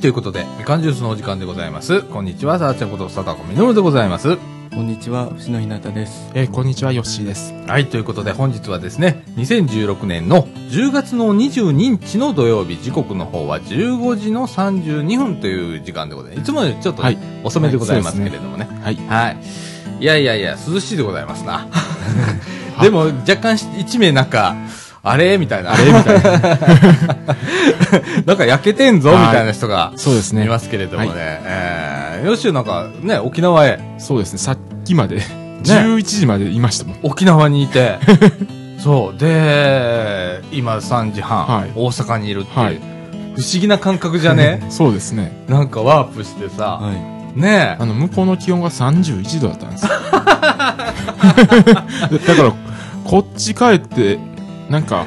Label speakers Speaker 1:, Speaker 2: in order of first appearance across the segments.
Speaker 1: ということで、みかんジュースのお時間でございます。こんにちは、さあちゃんこと、さたこみのるでございます。
Speaker 2: こんにちは、星野ひなたです。
Speaker 3: えーこんにちは、ヨッシーです。
Speaker 1: はい、ということで本日はですね、2016年の10月の22日の土曜日、時刻の方は15時の32分という時間でございます。いつもよりちょっとね、
Speaker 3: はい
Speaker 1: 遅めでございますけれどもね。
Speaker 3: はい。
Speaker 1: はい。いやいやいや、涼しいでございます な。でも、若干し一名なんか、あれみたいな。あれみたいな。 なんか焼けてんぞみたいな人が
Speaker 3: そうです
Speaker 1: い
Speaker 3: ね
Speaker 1: ま。すけれどもね。
Speaker 3: は
Speaker 1: えー、よしなんかね、沖縄へ、
Speaker 3: そうですね。さっきまで、11時までいましたもん。
Speaker 1: 沖縄にい て、そう。で、今3時半、
Speaker 3: はい
Speaker 1: 大阪にいるっていう、
Speaker 3: はい
Speaker 1: 不思議な感覚じゃね
Speaker 3: そうですね。
Speaker 1: なんかワープしてさ、
Speaker 2: は
Speaker 1: ね
Speaker 3: あの、向こうの気温が31度だったんですよ。だから、こっち帰って、なんか、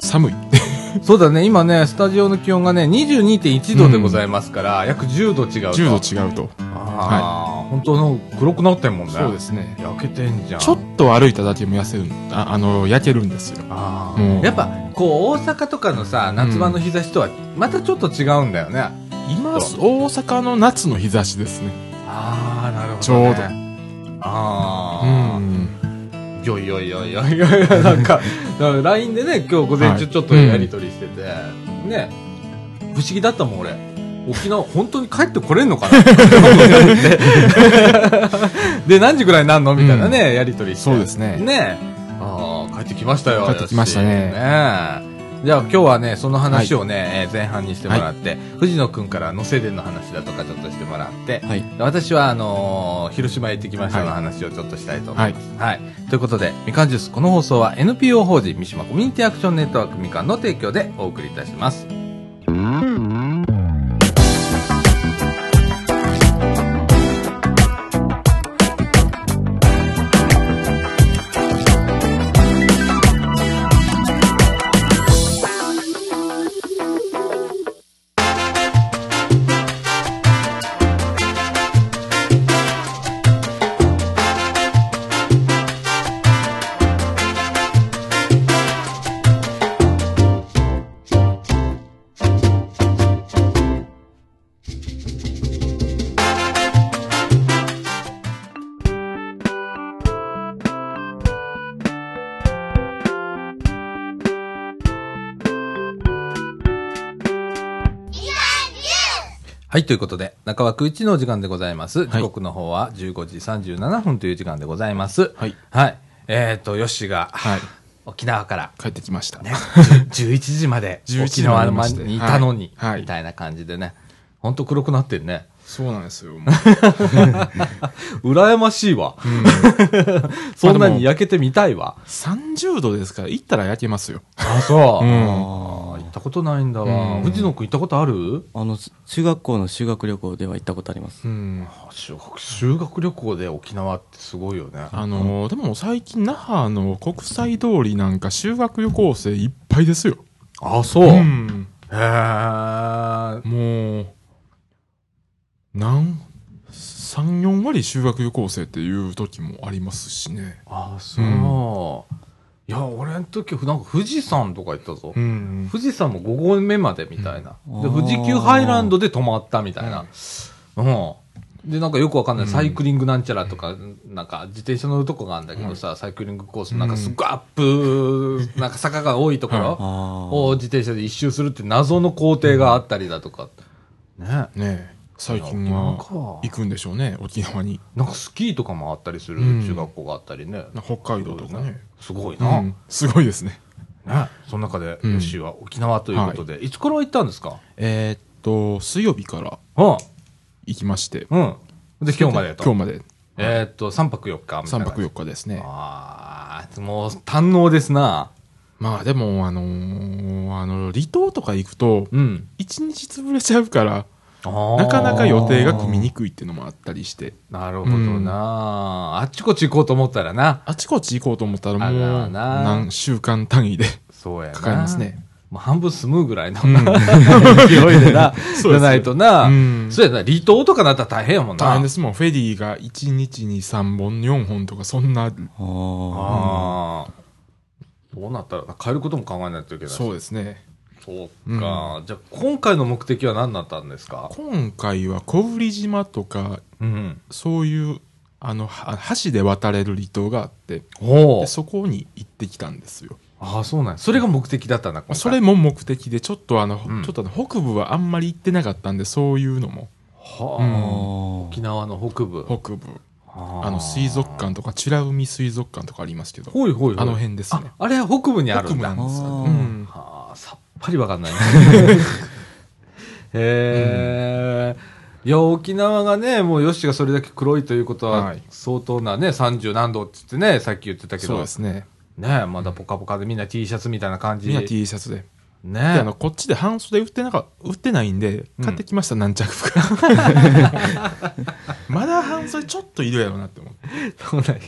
Speaker 3: 寒い。
Speaker 1: え。そうだね、今ね、スタジオの気温がね、22.1度でございますから、約10度違うと。
Speaker 3: 10度違うと。
Speaker 1: ああ、本当の黒くなってんもんね。
Speaker 3: そうですね。
Speaker 1: 焼けてんじゃん。
Speaker 3: ちょっと歩いただけでも痩せるん、ああの、焼けるんですよ。
Speaker 1: あ
Speaker 3: も
Speaker 1: あ。
Speaker 3: う
Speaker 1: やっぱ、こう、大阪とかのさ、夏場の日差しとは、またちょっと違うんだよね。
Speaker 3: 今、大阪の夏の日差しですね。
Speaker 1: ああ、なるほど、ね。
Speaker 3: ちょうど
Speaker 1: あ
Speaker 3: う
Speaker 1: あ。
Speaker 3: ん。
Speaker 1: いやいやいやいやいやいや、なんか、だから LINE でね、今日午前中
Speaker 3: はい
Speaker 1: ちょっとやりとりしてて、ね、不思議だったもん、俺。沖縄、本当に帰ってこれんのか なで、何時ぐらいになんのみたいなね、やりとりして。
Speaker 3: そうですね
Speaker 1: ねああ、帰ってきましたよ。
Speaker 3: 帰ってきましたね
Speaker 1: よしねじゃあ今日はね、その話をね、えー前半にしてもらって、藤野くんからのせでの話だとかちょっとしてもらって、
Speaker 2: い。はい。
Speaker 1: 私は、あのー広島へ行ってきましたの話をちょっとしたいと思います。はい。ということで、みかんジュース、この放送は NPO 法人三島コミュニティアクションネットワークみかんの提供でお送りいたします。はい。ということで、中枠一のお時間でございます。時刻の方は15時37分という時間でございます。
Speaker 3: はい。
Speaker 1: はい。えっ、と、ヨッシーが、
Speaker 3: はい。
Speaker 1: 沖縄から、
Speaker 3: 帰ってきました。
Speaker 1: ね、10 11時まで
Speaker 3: 11
Speaker 1: 沖
Speaker 3: 時ま
Speaker 1: 縄
Speaker 3: でいまして
Speaker 1: にいたのに、
Speaker 3: はいはい
Speaker 1: みたいな感じでね、ほんと黒くなってるね。
Speaker 3: そうなんですよ。もう
Speaker 1: 羨ましいわ。 そんなに焼けてみたいわ。
Speaker 3: 30度ですから、行ったら焼けますよ。
Speaker 1: あ、そう。
Speaker 3: うん
Speaker 1: あー行ったことないんだわ。
Speaker 3: うん
Speaker 1: 藤野くん行ったことある
Speaker 2: あの、中学校の修学旅行では行ったことあります。
Speaker 3: うん。
Speaker 1: 修学修学旅行で沖縄ってすごいよね。
Speaker 3: あのーでも最近、那覇の国際通りなんか修学旅行生いっぱいですよ。
Speaker 1: あ、そう。
Speaker 3: う
Speaker 1: へ
Speaker 3: ん。
Speaker 1: ー。
Speaker 3: もう、なん、3、4割修学旅行生っていう時もありますしね。
Speaker 1: あ、そう。いや、俺の時、なんか富士山とか行ったぞ。
Speaker 3: ん。
Speaker 1: 富士山も5合目までみたいな。
Speaker 2: うん
Speaker 1: で、
Speaker 2: あー
Speaker 1: 富士急ハイランドで泊まったみたいな。うん。で、なんかよくわかんない。
Speaker 3: うん
Speaker 1: サイクリングなんちゃらとか、なんか自転車乗るとこがあるんだけどさ、サイクリングコース、なんかすっごいアップ、なんか坂が多いところ
Speaker 2: ああ。
Speaker 1: を自転車で一周するって謎の工程があったりだとか。ね。
Speaker 3: ねえ最近
Speaker 1: 沖
Speaker 3: は
Speaker 1: 縄か
Speaker 3: 行くんでしょうね、沖縄に。
Speaker 1: なんかスキーとかもあったりする
Speaker 3: うん
Speaker 1: 中学校があったりね。
Speaker 3: 北海道とかね。
Speaker 1: すごいうな。
Speaker 3: ん。すごいですね。
Speaker 1: ね。その中で、
Speaker 3: うん
Speaker 1: ヨッシーは沖縄ということで、いつから行ったんですか
Speaker 3: えーっと、水曜日から
Speaker 1: うん。
Speaker 3: 行きまして。
Speaker 1: うん。で、今日までと。
Speaker 3: 今日まで。
Speaker 1: えーっと、3泊4日みたい
Speaker 3: 3
Speaker 1: な
Speaker 3: 泊
Speaker 1: 感じ。
Speaker 3: 4日ですね。
Speaker 1: ああ、もう堪能ですな。
Speaker 3: まあでも、あのーあの、離島とか行くと、
Speaker 1: うん。
Speaker 3: 一日潰れちゃうから、
Speaker 1: な
Speaker 3: なかなか予定が組みにくいっていうのもあったりして、
Speaker 1: なるほどな、あっちこっち行こうと思ったらな。
Speaker 3: あちこち行こうと思ったらも
Speaker 1: あら
Speaker 3: う
Speaker 1: ら、な
Speaker 3: 何週間単位 で
Speaker 1: そうやな。
Speaker 3: かかりますね。
Speaker 1: もう半分住むぐらいの、
Speaker 3: うん
Speaker 1: 勢いでな、じ
Speaker 3: そうです
Speaker 1: ゃないとな、
Speaker 3: うん
Speaker 1: そうやな、離島とかなったら大変やもんな。
Speaker 3: 大変ですもん。フェリーが1日に3本、4本とか、そん
Speaker 2: あ
Speaker 3: な、
Speaker 2: あ。
Speaker 1: ああ。そうなったら、帰ることも考えないといけないし。
Speaker 3: そうですね。
Speaker 1: そうか、じゃあ今回の目的は何だったんですか
Speaker 3: 今回は小売島とか
Speaker 1: うん。
Speaker 3: そういうあのは橋で渡れる離島があって
Speaker 1: お
Speaker 3: でそこに行ってきたんですよ
Speaker 1: ああ、そうなんやそれが目的だったんだ、今回
Speaker 3: それも目的でちょっとあの、
Speaker 1: うん
Speaker 3: ちょっとあの北部はあんまり行ってなかったんでそういうのも
Speaker 1: はあ、
Speaker 2: あ
Speaker 1: 沖縄の北部。
Speaker 3: 北部
Speaker 1: あ
Speaker 3: あの水族館とか美ら海水族館とかありますけど
Speaker 1: ほいほいほい。
Speaker 3: あの辺ですね
Speaker 1: あ、あれは北部にある
Speaker 3: 北
Speaker 1: ん
Speaker 3: 部
Speaker 1: だ。
Speaker 3: なんですよ、
Speaker 2: あ
Speaker 3: ね
Speaker 2: ー
Speaker 3: うん、
Speaker 1: はあ、さっぱりわかん ないね。へえ。いや、沖縄がね、もうヨッシーがそれだけ黒いということは、
Speaker 3: はい
Speaker 1: 相当なね、30何度って言ってね、さっき言ってたけ
Speaker 3: そう
Speaker 1: ど
Speaker 3: で、すね
Speaker 1: ね、まだポカポカでみんな T シャツみたいな感じ
Speaker 3: みんな T シャツで
Speaker 1: ね
Speaker 3: であのこっちで半袖売ってなか売ってないんで
Speaker 1: うん
Speaker 3: 買ってきました、何着か まだ半袖ちょっといるやろなって思って、
Speaker 1: そうなんや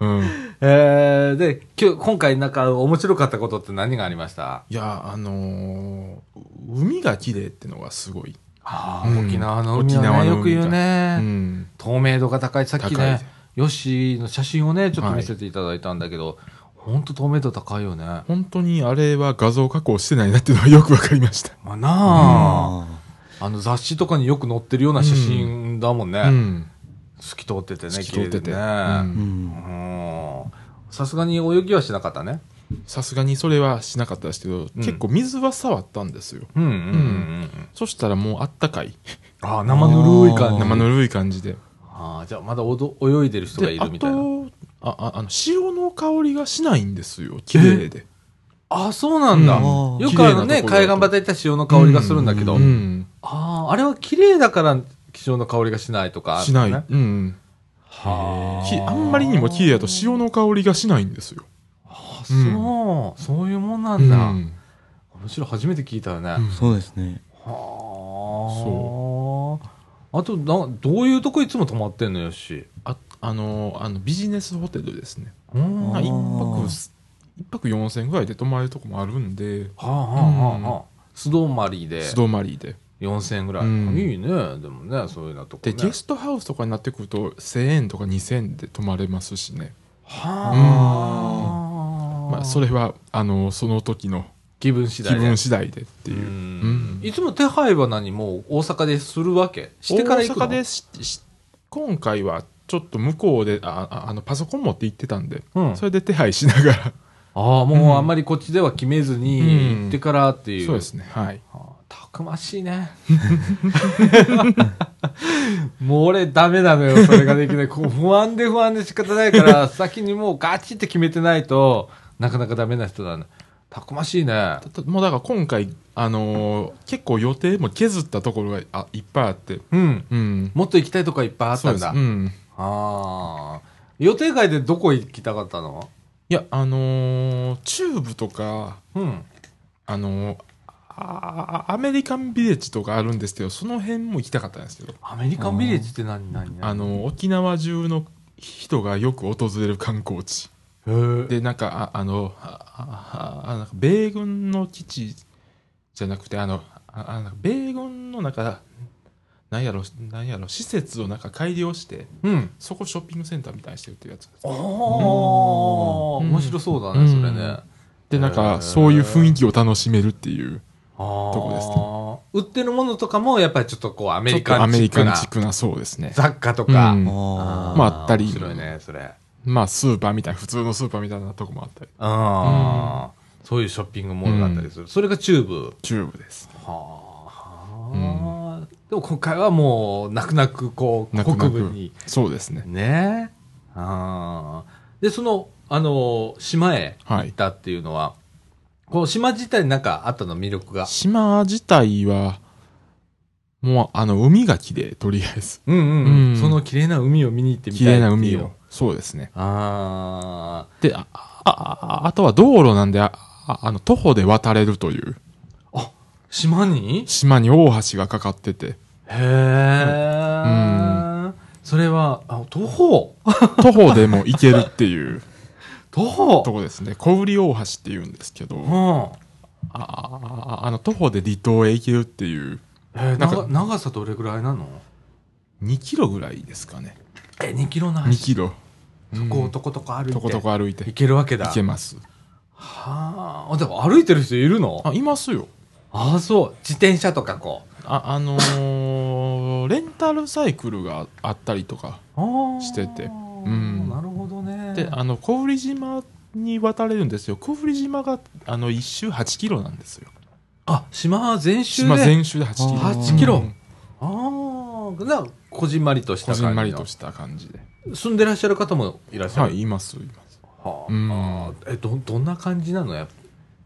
Speaker 3: うん、い
Speaker 1: えー、で、今日、今回なんか面白かったことって何がありました
Speaker 3: やあのー海が綺麗ってのがすごい、
Speaker 1: あ
Speaker 3: うん
Speaker 1: 沖縄の海はね、
Speaker 3: 沖縄の海
Speaker 1: よく言う
Speaker 3: う
Speaker 1: ね、
Speaker 3: ん、
Speaker 1: 透明度が高い。さっき
Speaker 3: 高
Speaker 1: ね
Speaker 3: い、
Speaker 1: ヨッシーの写真をね、ちょっと見せていただいたんだけど、ほんと透明度高いよね。ま
Speaker 3: 本当にあれは画像加工してないなっていうのはよくわかりました、
Speaker 1: あなあ、あの雑誌とかによく載ってるような写真だもんね。
Speaker 3: うん、
Speaker 1: 透き通っててね、
Speaker 3: 透き通って
Speaker 1: 綺
Speaker 3: て
Speaker 1: 麗でね。
Speaker 2: ーう
Speaker 3: うん
Speaker 2: ん
Speaker 1: うんさすがに泳ぎはしなかったね。
Speaker 3: さすがにそれはしなかったですけど、結構水は触ったんですよ
Speaker 1: うんうんうんうん。
Speaker 3: そしたらもうあったかい
Speaker 1: ああ、生ぬるい
Speaker 2: あ
Speaker 1: 感
Speaker 2: ー
Speaker 1: じ。
Speaker 3: 生ぬるい感じで
Speaker 1: ああ、じゃあまだおど泳いでる人がい
Speaker 3: であ
Speaker 1: るみたいな。
Speaker 3: とあああの潮の香りがしないんですよ綺麗で
Speaker 1: あ、そうなんだ。
Speaker 3: うん
Speaker 1: よくあのね、
Speaker 3: 綺麗なところだと
Speaker 1: 海岸場でいった潮の香りがするんだけど、
Speaker 3: うん
Speaker 1: ああ、あれは綺麗だから潮の香りがしないとか、
Speaker 3: しない、
Speaker 1: ね
Speaker 3: うん、
Speaker 1: は
Speaker 3: きあんまりにも綺麗だと潮の香りがしないんですよ、
Speaker 1: あそう、そういうもんなんだ。
Speaker 3: うん
Speaker 1: むしろ初めて聞いたよね。
Speaker 3: うん
Speaker 2: そうですね
Speaker 1: はあ。あとな、どういうとこいつも泊まってんのよし。
Speaker 3: ああのあのビジネスホテルですね
Speaker 1: うん。
Speaker 3: ま
Speaker 1: は
Speaker 3: あ
Speaker 1: あ
Speaker 2: い
Speaker 3: 一泊す一泊4000円ぐらいで泊まれるとこもあるんで
Speaker 1: はあはあはあ。素泊まりで
Speaker 3: 素泊まりで
Speaker 1: 4000円ぐらい。
Speaker 3: うん
Speaker 1: いいね。でもね、そういうようなとこ、
Speaker 3: で
Speaker 1: ね。
Speaker 3: ゲストハウスとかになってくると1000円とか2000円で泊まれますしね
Speaker 1: はあ。
Speaker 3: まあ、それはあのその時の
Speaker 1: 気分次
Speaker 3: 気
Speaker 1: 第で
Speaker 3: 分次第でっていう、
Speaker 1: うん
Speaker 3: うん
Speaker 1: いつも手配は何もう大阪でするわけしてから行くの
Speaker 3: 大阪でしし今回はちょっと向こうであああのパソコン持って行ってたんで、
Speaker 1: うん
Speaker 3: それで手配しながら、
Speaker 1: ああもうあんまりこっちでは決めずに
Speaker 3: うん
Speaker 1: 行ってからっていう、
Speaker 3: そうですねはい
Speaker 1: ああたくましいねもう俺ダメなのよそれができないこう不安で不安で仕方ないから 先にもうガチって決めてないとなかなかダメな人だねたくましいね
Speaker 3: たもうだから今回、あのー結構予定も削ったところがあいっぱいあって
Speaker 1: うん
Speaker 3: うん
Speaker 1: もっと行きたいとこはいっぱいあったんだ、
Speaker 3: そうですうん
Speaker 1: ああ予定外でどこ行きたかったの
Speaker 3: いやあのーチューブとか
Speaker 1: うん
Speaker 3: あのーあアメリカンビレッジとかあるんですけどその辺も行きたかったんですけど
Speaker 1: アメリカンビレッジって何何何
Speaker 3: あの沖縄中の人がよく訪れる観光地
Speaker 1: へー
Speaker 3: でなんかああのあああなんか米軍の基地じゃなくてあのああなんか米軍のなんかなんやろなんやろ施設をなんか改良して
Speaker 1: うん。
Speaker 3: そこショッピングセンターみたいにしてるっていうやつです
Speaker 1: ああ、
Speaker 3: うん
Speaker 1: 面白そうだね、それ
Speaker 3: う
Speaker 1: ね
Speaker 3: ん。でなん
Speaker 1: へー
Speaker 3: かそういう雰囲気を楽しめるっていう
Speaker 1: あー
Speaker 3: とこです
Speaker 1: 売ってるものとかも、やっぱりちょっとこう、アメ
Speaker 3: ちょっ
Speaker 1: リ
Speaker 3: と
Speaker 1: カ
Speaker 3: ア
Speaker 1: ン
Speaker 3: メ
Speaker 1: チ
Speaker 3: リ
Speaker 1: ック
Speaker 3: カン
Speaker 1: な
Speaker 3: チックなそうですね
Speaker 1: 雑貨とか。
Speaker 3: うん
Speaker 1: ー
Speaker 3: まああったり
Speaker 1: 面白いね、それ。
Speaker 3: まあスーパーみたいな普通のスーパーみたいなとこもあったり
Speaker 1: あーそういうショッピングモールだったりする。それがチューブ。
Speaker 3: チューブです
Speaker 1: はあ。でも今回はもう、泣く泣く、こう、
Speaker 3: なくな
Speaker 1: 北
Speaker 3: く
Speaker 1: 部に。
Speaker 3: そうですね
Speaker 1: ねああ。で、その、あの、島へ
Speaker 3: は
Speaker 1: 行
Speaker 3: い
Speaker 1: ったっていうのは、この島自体になんかあったの魅力が。
Speaker 3: 島自体はもうあの海が綺麗とりあえず
Speaker 1: うんうん、う、
Speaker 3: うんん
Speaker 1: その綺麗な海を見に行ってみた
Speaker 3: 綺
Speaker 1: い
Speaker 3: 麗な海
Speaker 1: っていう
Speaker 3: を。そうですね。
Speaker 1: あ
Speaker 3: で、あ、あ、ああとは道路なんで、あ、ああの、徒歩で渡れるという、
Speaker 1: あ。あ、島に
Speaker 3: 島に大橋がかかって て、
Speaker 1: へえ、それは、あ、徒歩。
Speaker 3: 徒歩でも行けるっていう
Speaker 1: 徒
Speaker 3: と
Speaker 1: 歩。
Speaker 3: こですね。小売り大橋っていうんですけど、
Speaker 1: うん。
Speaker 3: ああ、ああの、徒歩で離島へ行けるっていう、
Speaker 1: えー、
Speaker 3: なん
Speaker 1: な
Speaker 3: か
Speaker 1: が長さどれぐらいなの
Speaker 3: 2キロぐらいですかね。
Speaker 1: え、2キロな
Speaker 3: 2
Speaker 1: い。
Speaker 3: キロ。
Speaker 1: そこをとことこ歩いて。
Speaker 3: とことこ歩いて
Speaker 1: 行けるわけだ。
Speaker 3: 行けます。
Speaker 1: ははあ。でも歩いてる人いるの
Speaker 3: あいますよ
Speaker 1: ああ、そう。自転車とかこう。
Speaker 3: ああのー レンタルサイクルがあったりとか
Speaker 1: ああ
Speaker 3: してて
Speaker 1: うん。なるほどね。
Speaker 3: であの小売島に渡れるんですよ小売島があの1周8キロなんですよ
Speaker 1: あ、島全周
Speaker 3: 島
Speaker 1: で。
Speaker 3: 全周で8キロ
Speaker 2: あー
Speaker 1: 8キロ。
Speaker 3: うん
Speaker 1: ああ。な、こじんまりとした
Speaker 3: こ
Speaker 1: 感じ
Speaker 3: じ
Speaker 1: の。
Speaker 3: んまりとした感じで
Speaker 1: 住んでらっしゃる方もいらっしゃ
Speaker 3: は
Speaker 1: る。
Speaker 3: いいますいます
Speaker 1: はあ
Speaker 3: うん
Speaker 1: ああえ、ど、どんな感じなのやっぱ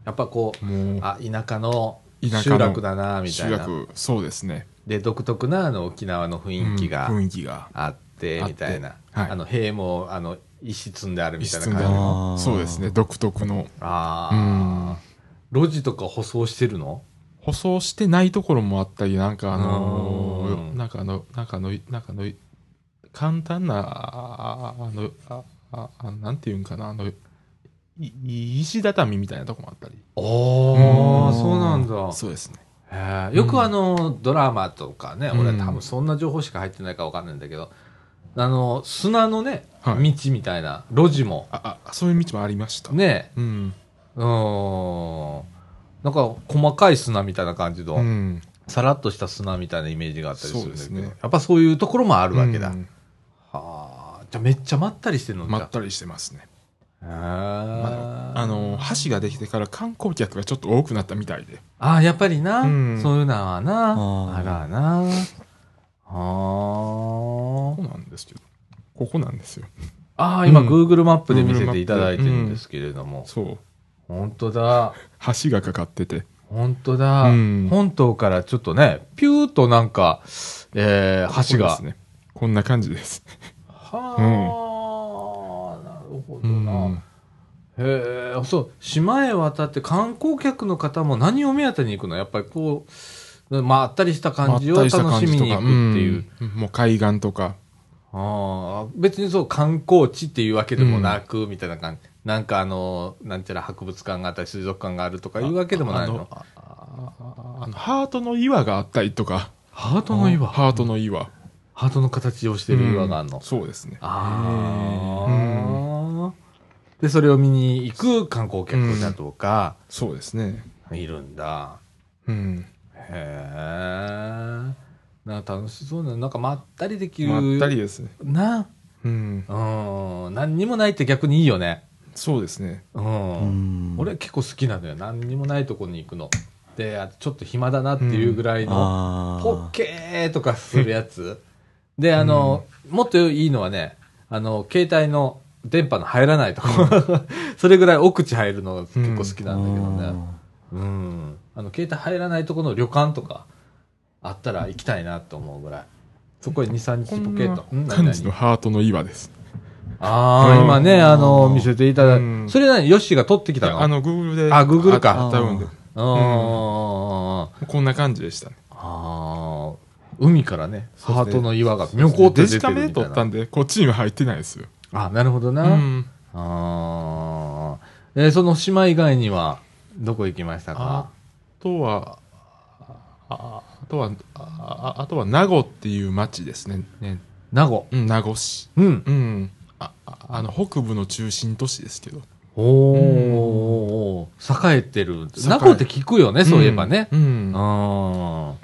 Speaker 1: やっぱこう、
Speaker 3: もう
Speaker 1: あ、田舎の
Speaker 3: 田舎
Speaker 1: 集
Speaker 3: の
Speaker 1: 落だな、みた
Speaker 3: 集
Speaker 1: いな。
Speaker 3: 落そうですね
Speaker 1: で、独特なあの沖縄の雰囲気が
Speaker 3: うん雰囲気が
Speaker 1: あって、
Speaker 3: あって
Speaker 1: みたいな。
Speaker 3: はい
Speaker 1: あの、塀も、あの、石積んであるみたいな
Speaker 3: 一寸
Speaker 1: 感
Speaker 3: で
Speaker 1: じ
Speaker 3: ある
Speaker 1: の。
Speaker 2: あー
Speaker 3: そうですね独特の
Speaker 1: あ
Speaker 3: う
Speaker 1: あ
Speaker 3: ん。
Speaker 1: 路地とか舗装してるの
Speaker 3: 舗装してないところもあったりなんかあ
Speaker 1: う
Speaker 3: の
Speaker 1: ん
Speaker 3: なんかあのなんかあのなんかあの簡単なああのあああなんていうんかなあのいい石畳みたいなとこもあったり
Speaker 1: あ
Speaker 2: う
Speaker 1: あ、
Speaker 2: ん
Speaker 1: そうなんだ。
Speaker 3: そうですね
Speaker 1: へえよくあの、ドラマとかね、俺
Speaker 3: うん
Speaker 1: 多分そんな情報しか入ってないからわかんないんだけど、あの、砂のね、道
Speaker 3: はい
Speaker 1: みたいな、路地も、
Speaker 3: ああそういう道もありました
Speaker 1: ね、
Speaker 3: うん
Speaker 1: うーん、なんか細かい砂みたいな感じの、
Speaker 3: うん
Speaker 1: さらっとした砂みたいなイメージがあったりするんだけ
Speaker 3: そう
Speaker 1: ど、
Speaker 3: ですね
Speaker 1: やっぱそういうところもあるわけだ。
Speaker 3: うん
Speaker 1: はあ、じゃあめっちゃまったりしてるのじゃ
Speaker 3: まったりしてますね
Speaker 1: へえ
Speaker 3: あの橋ができてから観光客がちょっと多くなったみたいで
Speaker 1: ああ、やっぱりな、
Speaker 3: うん
Speaker 1: そういうのはな、
Speaker 2: ー
Speaker 1: あらな。は
Speaker 3: ここなんですけどここなんですよ
Speaker 1: あ。ああ、今、
Speaker 3: うん
Speaker 1: Google マップで見せていただいてるんですけれども。
Speaker 3: そう
Speaker 1: 本当だ。
Speaker 3: 橋がかかってて
Speaker 1: 本当だ、
Speaker 3: うん
Speaker 1: 本島からちょっとね、ピューとなんか、えー、橋が。
Speaker 3: そうですねこんな感じです
Speaker 1: はあ、なるほどな。
Speaker 3: うん
Speaker 1: へえ、そう、島へ渡って観光客の方も何を目当てに行くのやっぱりこう、まったりした感じを楽しみに行くっていう。
Speaker 3: うんもう海岸とか
Speaker 1: ああ、別にそう観光地っていうわけでもなく、みたいな感じ。なんかあの、なんちゃら博物館があったり水族館があるとかいうわけでもないの。
Speaker 3: あああのハートの岩があったりとか
Speaker 1: ハートハ
Speaker 3: ハートの岩
Speaker 1: ートの形をしてる岩があるの。
Speaker 3: うんそうですね
Speaker 1: ああ、で、それを見に行く観光客だとか、
Speaker 3: そうですね
Speaker 1: いるんだ。
Speaker 3: うん
Speaker 1: へえ。なんか楽しそうな、なんかまったりできる。
Speaker 3: まったりですね
Speaker 1: な。
Speaker 3: うん
Speaker 1: うん。何にもないって逆にいいよね。
Speaker 3: そうですね
Speaker 1: うん
Speaker 2: うん
Speaker 1: 俺結構好きなのよ何にもないとこに行くのであちょっと暇だなっていうぐらいの、
Speaker 2: あー
Speaker 1: ポッケーとかするや つであの、もっといいのはねあの携帯の電波の入らないとこ それぐらい奥地入るの結構好きなんだけどねうん、あの携帯入らないとこの旅館とかあったら行きたいなと思うぐらいそこへ23日
Speaker 3: こ
Speaker 1: ポ
Speaker 3: ん
Speaker 1: ケットうん
Speaker 3: な
Speaker 1: 何々
Speaker 3: 感じのハートの岩です
Speaker 1: ああ、
Speaker 3: うん
Speaker 1: 今ねあの見せていただいて、
Speaker 3: うん
Speaker 1: それ何ヨッシーが撮ってきたの
Speaker 3: あのグーグルで
Speaker 1: あ Google か
Speaker 3: あ多分で
Speaker 1: うんうんうんうん
Speaker 3: こんな感じでしたね
Speaker 1: ああ、海からね、
Speaker 3: そう
Speaker 1: ハ
Speaker 3: で
Speaker 1: ー
Speaker 3: すね
Speaker 1: トの岩がみょこって
Speaker 3: デ
Speaker 1: 出てるみ
Speaker 3: ジカ
Speaker 1: たいな。
Speaker 3: メで撮ったんでこっちには入ってないですよ
Speaker 1: あ、なるほど
Speaker 3: う
Speaker 1: な。
Speaker 3: ん
Speaker 1: ああ。えーその島以外には、どこ行きました
Speaker 3: あ
Speaker 1: か
Speaker 3: とは、ああとは、あああとは、名護っていう町ですね。ね
Speaker 1: 名護。
Speaker 3: うん、名護市。
Speaker 1: うん。
Speaker 3: うん。あ、ああの、北部の中心都市ですけど。
Speaker 1: おーおーおー栄えてる。
Speaker 3: 栄え
Speaker 1: 名護って聞くよね、そういえばね。
Speaker 3: う。
Speaker 1: うんん。
Speaker 3: うん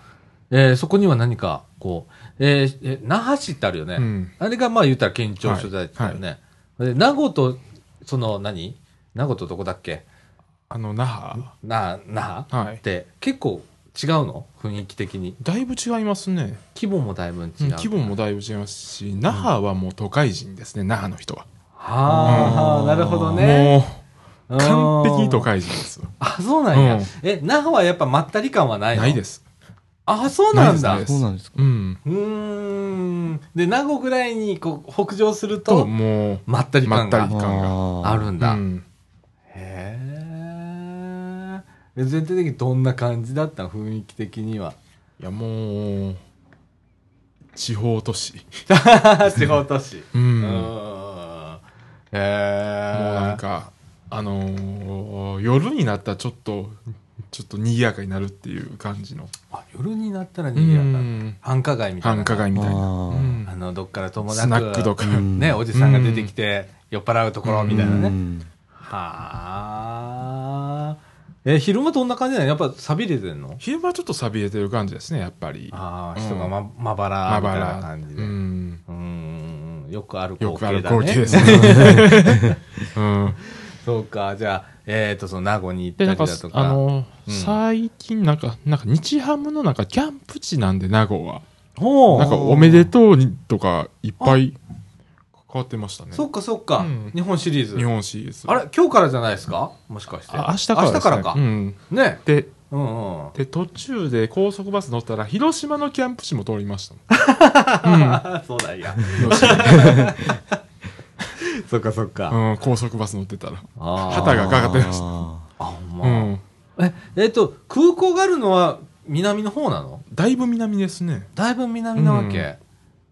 Speaker 1: えーそこには何か、こう、えーえ那覇市ってあるよね。
Speaker 3: うん
Speaker 1: あれがまあ言ったら県庁所在地だよね。で名護と、その何名護とどこだっけ
Speaker 3: あの、那覇。
Speaker 1: な、なあ、
Speaker 3: はい
Speaker 1: って結構違うの雰囲気的に。
Speaker 3: だいぶ違いますね。
Speaker 1: 規模もだいぶ違う。
Speaker 3: うん規模もだいぶ違いますし、那覇はもう都会人ですね、那覇の人は。
Speaker 1: はあ、なるほどね。
Speaker 3: もう、完璧に都
Speaker 1: か。
Speaker 3: 会人ですよ。
Speaker 1: あ、そうなんや。
Speaker 3: うん
Speaker 1: え、那覇はやっぱまったり感はないの。
Speaker 3: ないですす。
Speaker 1: あ、そうなん
Speaker 3: な
Speaker 1: だ。
Speaker 3: いで
Speaker 1: う
Speaker 3: す
Speaker 2: そうなんですか
Speaker 3: うん。
Speaker 1: ーん。で、名護ぐらいにこう北上する
Speaker 3: と、
Speaker 1: と、
Speaker 3: もう、
Speaker 1: まったり感
Speaker 3: ま
Speaker 1: が
Speaker 3: ったり感が
Speaker 1: あるんだ。
Speaker 3: うん
Speaker 1: へえ。え全体的にどんな感じだったの雰囲気的には。
Speaker 3: いや、もう、地方都市。
Speaker 1: 仕事し。
Speaker 3: う。
Speaker 1: うんん。へえ。
Speaker 3: もうなんか、あのー夜になったらちょっと、ちょっと賑やかになるっていう感じの。
Speaker 1: あ夜になったら
Speaker 3: う
Speaker 1: 賑やか、
Speaker 3: ん
Speaker 1: 繁華街みたいな
Speaker 3: 繁華街みたいな。
Speaker 2: あ
Speaker 3: う
Speaker 2: ー
Speaker 3: ん
Speaker 1: あのどっからともなく
Speaker 3: スナックとか。
Speaker 2: うん
Speaker 1: ねおじさんが出てきて、酔っ払うところみたいなね、
Speaker 2: うん
Speaker 1: はあえ、昼間どんな感じなのやっぱ錆びれてんの
Speaker 3: 昼間ちょっと錆びれてる感じですねやっぱり
Speaker 1: ああ、
Speaker 3: うん
Speaker 1: 人がままばらみたいな感じで。
Speaker 3: う
Speaker 1: うんーん、よくある
Speaker 3: よ
Speaker 1: 光
Speaker 3: くある
Speaker 1: 景だね
Speaker 3: 光景で。すねうん
Speaker 1: そうか、じゃあ、えっ、と、その名護に行っ
Speaker 3: で
Speaker 1: た
Speaker 3: なん
Speaker 1: りだ
Speaker 3: か
Speaker 1: とか。
Speaker 3: あの、
Speaker 1: うん
Speaker 3: 最近なんかなんか日ハムのなんかキャンプ地なんで名護は
Speaker 1: ほう
Speaker 3: なんかおめでとうにとかいっぱい関わってましたね
Speaker 1: そっかそっか、
Speaker 3: うん
Speaker 1: 日本シリーズ。
Speaker 3: 日本シリーズ
Speaker 1: あれ今日からじゃないですかもしかして。
Speaker 3: あ明日からです、ね、
Speaker 1: 明日からか。
Speaker 3: うん、
Speaker 1: ね。
Speaker 3: で
Speaker 1: うんうん。
Speaker 3: で途中で高速バス乗ったら広島のキャンプ地も通りました
Speaker 1: あ そうだいや。そっかそっか。
Speaker 3: もん、うん、高速バス乗ってたら
Speaker 1: あー
Speaker 3: 旗がかかってました
Speaker 2: あ
Speaker 1: あ、ほん
Speaker 3: う
Speaker 1: ま。
Speaker 3: ん
Speaker 1: え、えっと、空港があるのは南の方なの
Speaker 3: だいぶ南ですね
Speaker 1: だいぶ南なわけ。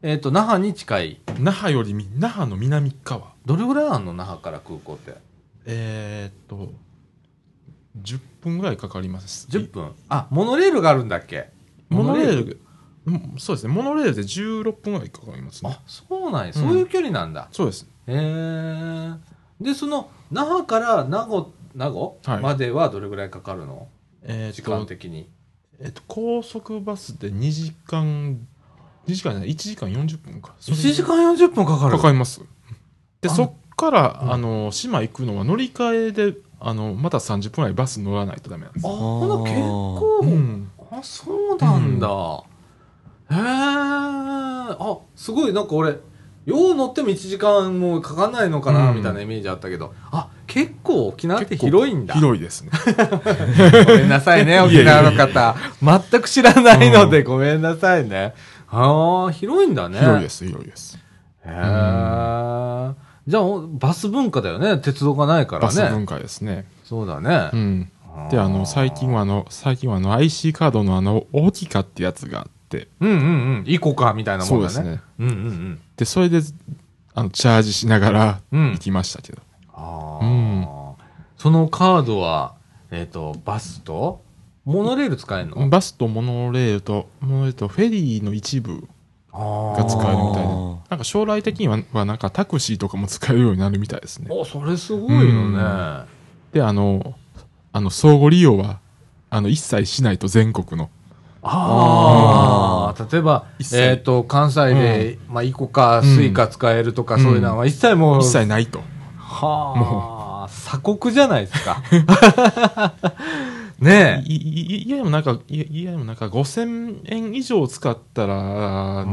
Speaker 1: えっと、那覇に近い。
Speaker 3: 那覇よりみ那覇の南側
Speaker 1: どれぐらいあんの那覇から空港って。
Speaker 3: えー、っと10分ぐらいかかります
Speaker 1: 10分。あ、モノレールがあるんだっけ
Speaker 3: モノレールうんそうですねモノレールで16分ぐらいかかりますね
Speaker 1: あ、そうなんや。そういう距離なんだ。
Speaker 3: そうです
Speaker 1: へえ。で、その、那覇から名護、名護、
Speaker 3: はい
Speaker 1: まではどれぐらいかかるの
Speaker 3: えーっと
Speaker 1: 時間的に。
Speaker 3: えーっと高速バスで2時間2時間じゃない1時間40分かそれ
Speaker 1: 1時間40分かかる
Speaker 3: かかりますで
Speaker 1: あの
Speaker 3: そっから、
Speaker 1: うん
Speaker 3: あの島行くのは乗り換えであのまた30分ぐらいバス乗らないとダメなんです
Speaker 1: あ、
Speaker 3: よ
Speaker 1: ほな結構、
Speaker 3: うん
Speaker 1: あ、そうなんだ。へえ。あ、すごい、なんか俺、よう乗っても1時間もかかんないのかな、
Speaker 3: うん
Speaker 1: みたいなイメージあったけど、あ、結構沖縄って
Speaker 3: 結構
Speaker 1: 広いんだ。
Speaker 3: 広いですね
Speaker 1: ごめんなさいね、
Speaker 3: いえいえ
Speaker 1: 沖
Speaker 3: いえ
Speaker 1: 縄の方。全く知らないので、ごめんなさいね。ああ、広いんだね。
Speaker 3: 広いです広いです
Speaker 1: へえ。じゃあ、おバス文化だよね。鉄道がないか
Speaker 3: バス
Speaker 1: らね。
Speaker 3: 文化ですね
Speaker 1: そうだね。
Speaker 3: うんであの最近はあの最近はあの IC カードのあの大きかってやつがあって
Speaker 1: うんうんうん。いこか、みたいなもんだね。
Speaker 3: そうですね
Speaker 1: うんうんうん。
Speaker 3: でそれであのチャージしながら
Speaker 1: うん
Speaker 3: 行きましたけど、
Speaker 1: ああ、そのカードは、えっ、と、バスと、モノレール使えるの、
Speaker 3: バスとモノレールとモノレールとフェリーの一部
Speaker 1: あ
Speaker 3: が使えるみ
Speaker 2: あ
Speaker 3: たいで
Speaker 2: ー
Speaker 3: なんか将来的にははなんかタクシーとかも使えるようになるみたいですね
Speaker 1: お、それすごいよ
Speaker 3: うん
Speaker 1: ね。
Speaker 3: であのあの相互利用はあの一切しないと全国の
Speaker 1: ああ、例えば、
Speaker 3: 一切
Speaker 1: えっ、と、関西で、まあ、イコか、
Speaker 3: ん
Speaker 1: スイカ使えるとか、そういうのは、一切もう、
Speaker 3: 一切ないと
Speaker 1: はあ、鎖国じゃないです か。ねえ。
Speaker 3: いいいいやでもなんかいいやでもなんか5000円以上使ったら、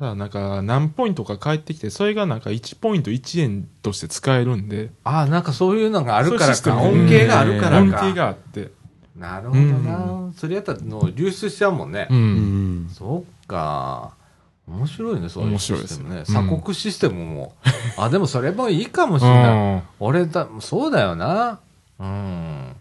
Speaker 3: ただなんか何ポイントか返ってきてそれがなんか1ポイント1円として使えるんで
Speaker 1: ああ、なんかそういうのがあるから
Speaker 3: そう
Speaker 1: か。
Speaker 3: いうシステム
Speaker 1: 恩恵があるからか。
Speaker 3: 恩恵があって
Speaker 1: なるほどな。それやったら、もう流出しちゃうもんね。
Speaker 3: う
Speaker 2: ーうんん。
Speaker 1: そっか。面白いね、そういう
Speaker 3: 面白い
Speaker 1: シ
Speaker 3: です
Speaker 1: ステムね。
Speaker 3: うん
Speaker 1: 鎖国システム も。あ、でもそれもいいかもしれない。
Speaker 3: うん
Speaker 1: 俺だ、そうだよな。うん。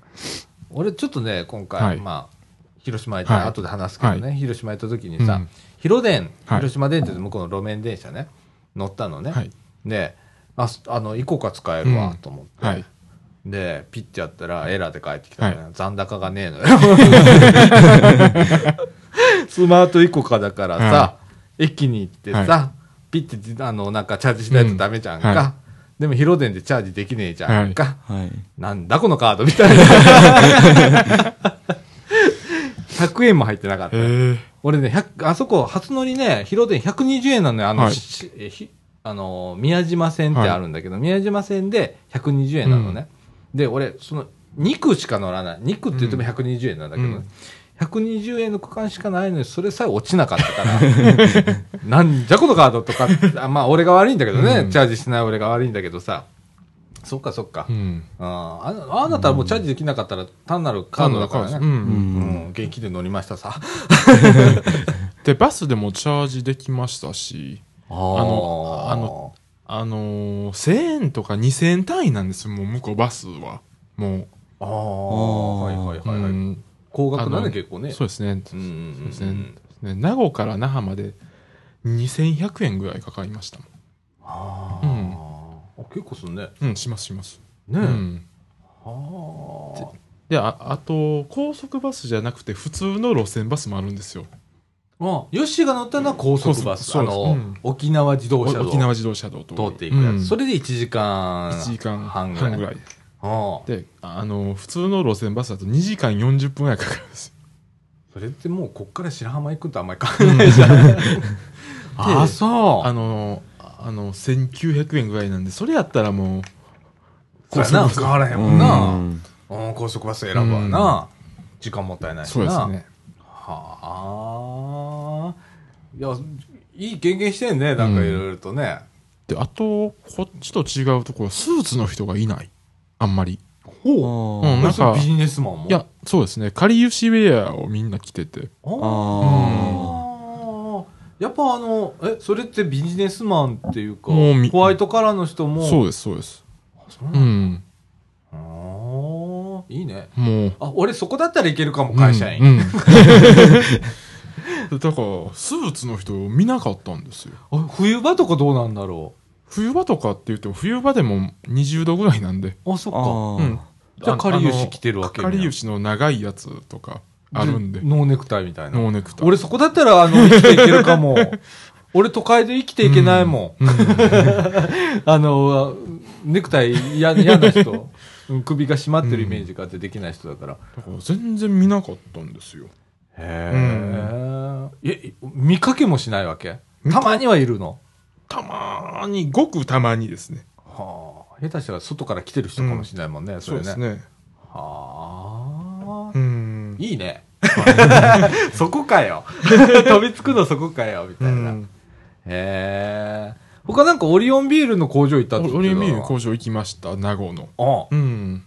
Speaker 1: 俺ちょっとね、今回、
Speaker 3: はい
Speaker 1: まあ、広島行った、
Speaker 3: はい
Speaker 1: 後で話すけどね、
Speaker 3: は
Speaker 1: 広島行った時にさ、
Speaker 3: うん
Speaker 1: 広電、
Speaker 3: はい
Speaker 1: 広島電鉄向こうの路面電車ね、乗ったのね。
Speaker 3: はい
Speaker 1: で、あ、すあの、イコカ使えるわ、と思って。
Speaker 3: はい
Speaker 1: で、ピッてやったらエラーで返ってきたから、
Speaker 3: は
Speaker 1: 残高がねえの よ。スマートイコカだからさ、
Speaker 3: は
Speaker 1: 駅に行ってさ、
Speaker 3: は
Speaker 1: ピッて、あの、なんかチャージしないとダメじゃんか。
Speaker 3: うんは
Speaker 1: でも、広電でチャージできねえじゃんか。
Speaker 2: はい。
Speaker 1: なんだこのカードみたいな。100円も入ってなかった。
Speaker 3: え
Speaker 1: 俺ね、100あそこ、初乗りね、広電120円なのよ。あの、
Speaker 3: はい
Speaker 1: しえひあの宮島線ってあるんだけど、宮島線で120円なのね。で、俺、その、2区しか乗らない。2区って言っても120円なんだけど、
Speaker 3: うん
Speaker 1: 120円の区間しかないのに、それさえ落ちなかったから、 なんじゃこのカードとか、あまあ、俺が悪いんだけどね、
Speaker 3: うん
Speaker 1: チャージしない俺が悪いんだけどさ、そっかそっか。
Speaker 3: ーうん
Speaker 1: あーあのあなたはもうチャージできなかったら単なるカードだからね。
Speaker 3: う
Speaker 2: うん。
Speaker 1: うんん、現金で乗りましたさ。
Speaker 3: でバスでもチャージできましたし
Speaker 1: あ
Speaker 3: のあの、あのー、1000円とか2000円単位なんですよもう向こうバスはも
Speaker 1: ああ、
Speaker 2: ー
Speaker 1: はいはいは
Speaker 3: う、
Speaker 1: いは
Speaker 3: う
Speaker 1: い。
Speaker 3: ん
Speaker 1: 高額だ
Speaker 3: あ
Speaker 1: ね、
Speaker 3: の
Speaker 1: 結構ね。
Speaker 3: そうですね
Speaker 1: うんうんうん
Speaker 3: そうですねね名護から那覇まで2100円ぐらいかかりましたも
Speaker 1: あ
Speaker 3: う
Speaker 1: ーあ、結構すんね。
Speaker 3: んうんしますします
Speaker 1: ね
Speaker 3: う
Speaker 1: え。
Speaker 3: ん
Speaker 1: あー
Speaker 3: でああと高速バスじゃなくて普通の路線バスもあるんですよ
Speaker 1: あ、ヨッシーが乗ったのは高速バス。あ
Speaker 3: 高速そう
Speaker 1: の
Speaker 3: ですうん、
Speaker 1: 沖縄自動車道
Speaker 3: 沖縄自動車道を
Speaker 1: 通っていくやつ。そ
Speaker 3: れ
Speaker 1: れで1時間
Speaker 3: 1時間
Speaker 1: 半
Speaker 3: 半
Speaker 1: ぐらい
Speaker 3: ぐ。らい
Speaker 1: あああ。
Speaker 3: であの普通の路線バスだと2時間40分ぐらいかかるんですよ
Speaker 1: それってもう、こっから白浜行くとあんまり考えないじゃん。 ああ、そ
Speaker 3: あ
Speaker 1: う。
Speaker 3: のあの1900円ぐらいなんでそれやったらもう
Speaker 1: これな、
Speaker 3: 高速バス
Speaker 1: 変わらへんもんな。うん、高速バス選ぶわな。時間もったいないし
Speaker 3: そうで
Speaker 1: な。
Speaker 3: すね
Speaker 1: はあ。いや、いい経験してんね、なんかいろいろとね。
Speaker 3: であとこっちと違うところスーツの人がいないあんまり
Speaker 1: ほう。
Speaker 2: あ
Speaker 3: うん
Speaker 2: ー
Speaker 3: なんか
Speaker 1: ビジネスマンも。
Speaker 3: いやそうですねかりゆしウェアをみんな着てて
Speaker 1: ああ。
Speaker 2: あ
Speaker 1: あーやっぱあの、え、それってビジネスマンっていうか、
Speaker 3: もうみ
Speaker 1: ホワイトカラーの人も。
Speaker 3: そう
Speaker 1: う。
Speaker 3: ですそうです
Speaker 1: そう
Speaker 3: う
Speaker 1: なん
Speaker 3: ん
Speaker 1: あーいいね。
Speaker 3: もう
Speaker 1: あ、俺そこだったらいけるかも、会社員。
Speaker 3: う んうんだからスーツの人を見なかったんですよ
Speaker 1: あ冬場とかどうなんだろ
Speaker 3: 冬場とかって言っても冬場でも20度ぐらいなんで
Speaker 1: う。あ、そっ
Speaker 2: あ
Speaker 1: か。
Speaker 2: ー
Speaker 3: うん
Speaker 1: じゃあ、かりゆし着てるわけ
Speaker 3: かりゆしの長いやつとかあるんで
Speaker 1: ノーネクタイみたいな。
Speaker 3: ノーネクタイ
Speaker 1: 俺そこだったら、あの、生きていけるか も。俺都会で生きていけないもん。
Speaker 3: うん
Speaker 1: あの、ネクタイ嫌嫌な人。うん首が締まってるイメージがあってできない人だから。
Speaker 3: だから全然見なかったんですよ
Speaker 1: へえ、え、見かけもしないわけたまにはいるの。
Speaker 3: たまーにごくたまにですね
Speaker 1: はあ。下手したら外から来てる人かもしれないもんね、そ
Speaker 3: そう
Speaker 1: れ
Speaker 3: で
Speaker 1: ね。
Speaker 3: すね
Speaker 1: はあ
Speaker 3: う。ん
Speaker 1: いい ね。 そこかよ。飛びつくのそこかよ、みたいな。
Speaker 3: うん
Speaker 1: へえ。他なんかオリオンビールの工場行ったって
Speaker 3: オリンピック
Speaker 1: 場。
Speaker 3: 工場行きました名護の
Speaker 1: ああ
Speaker 3: うん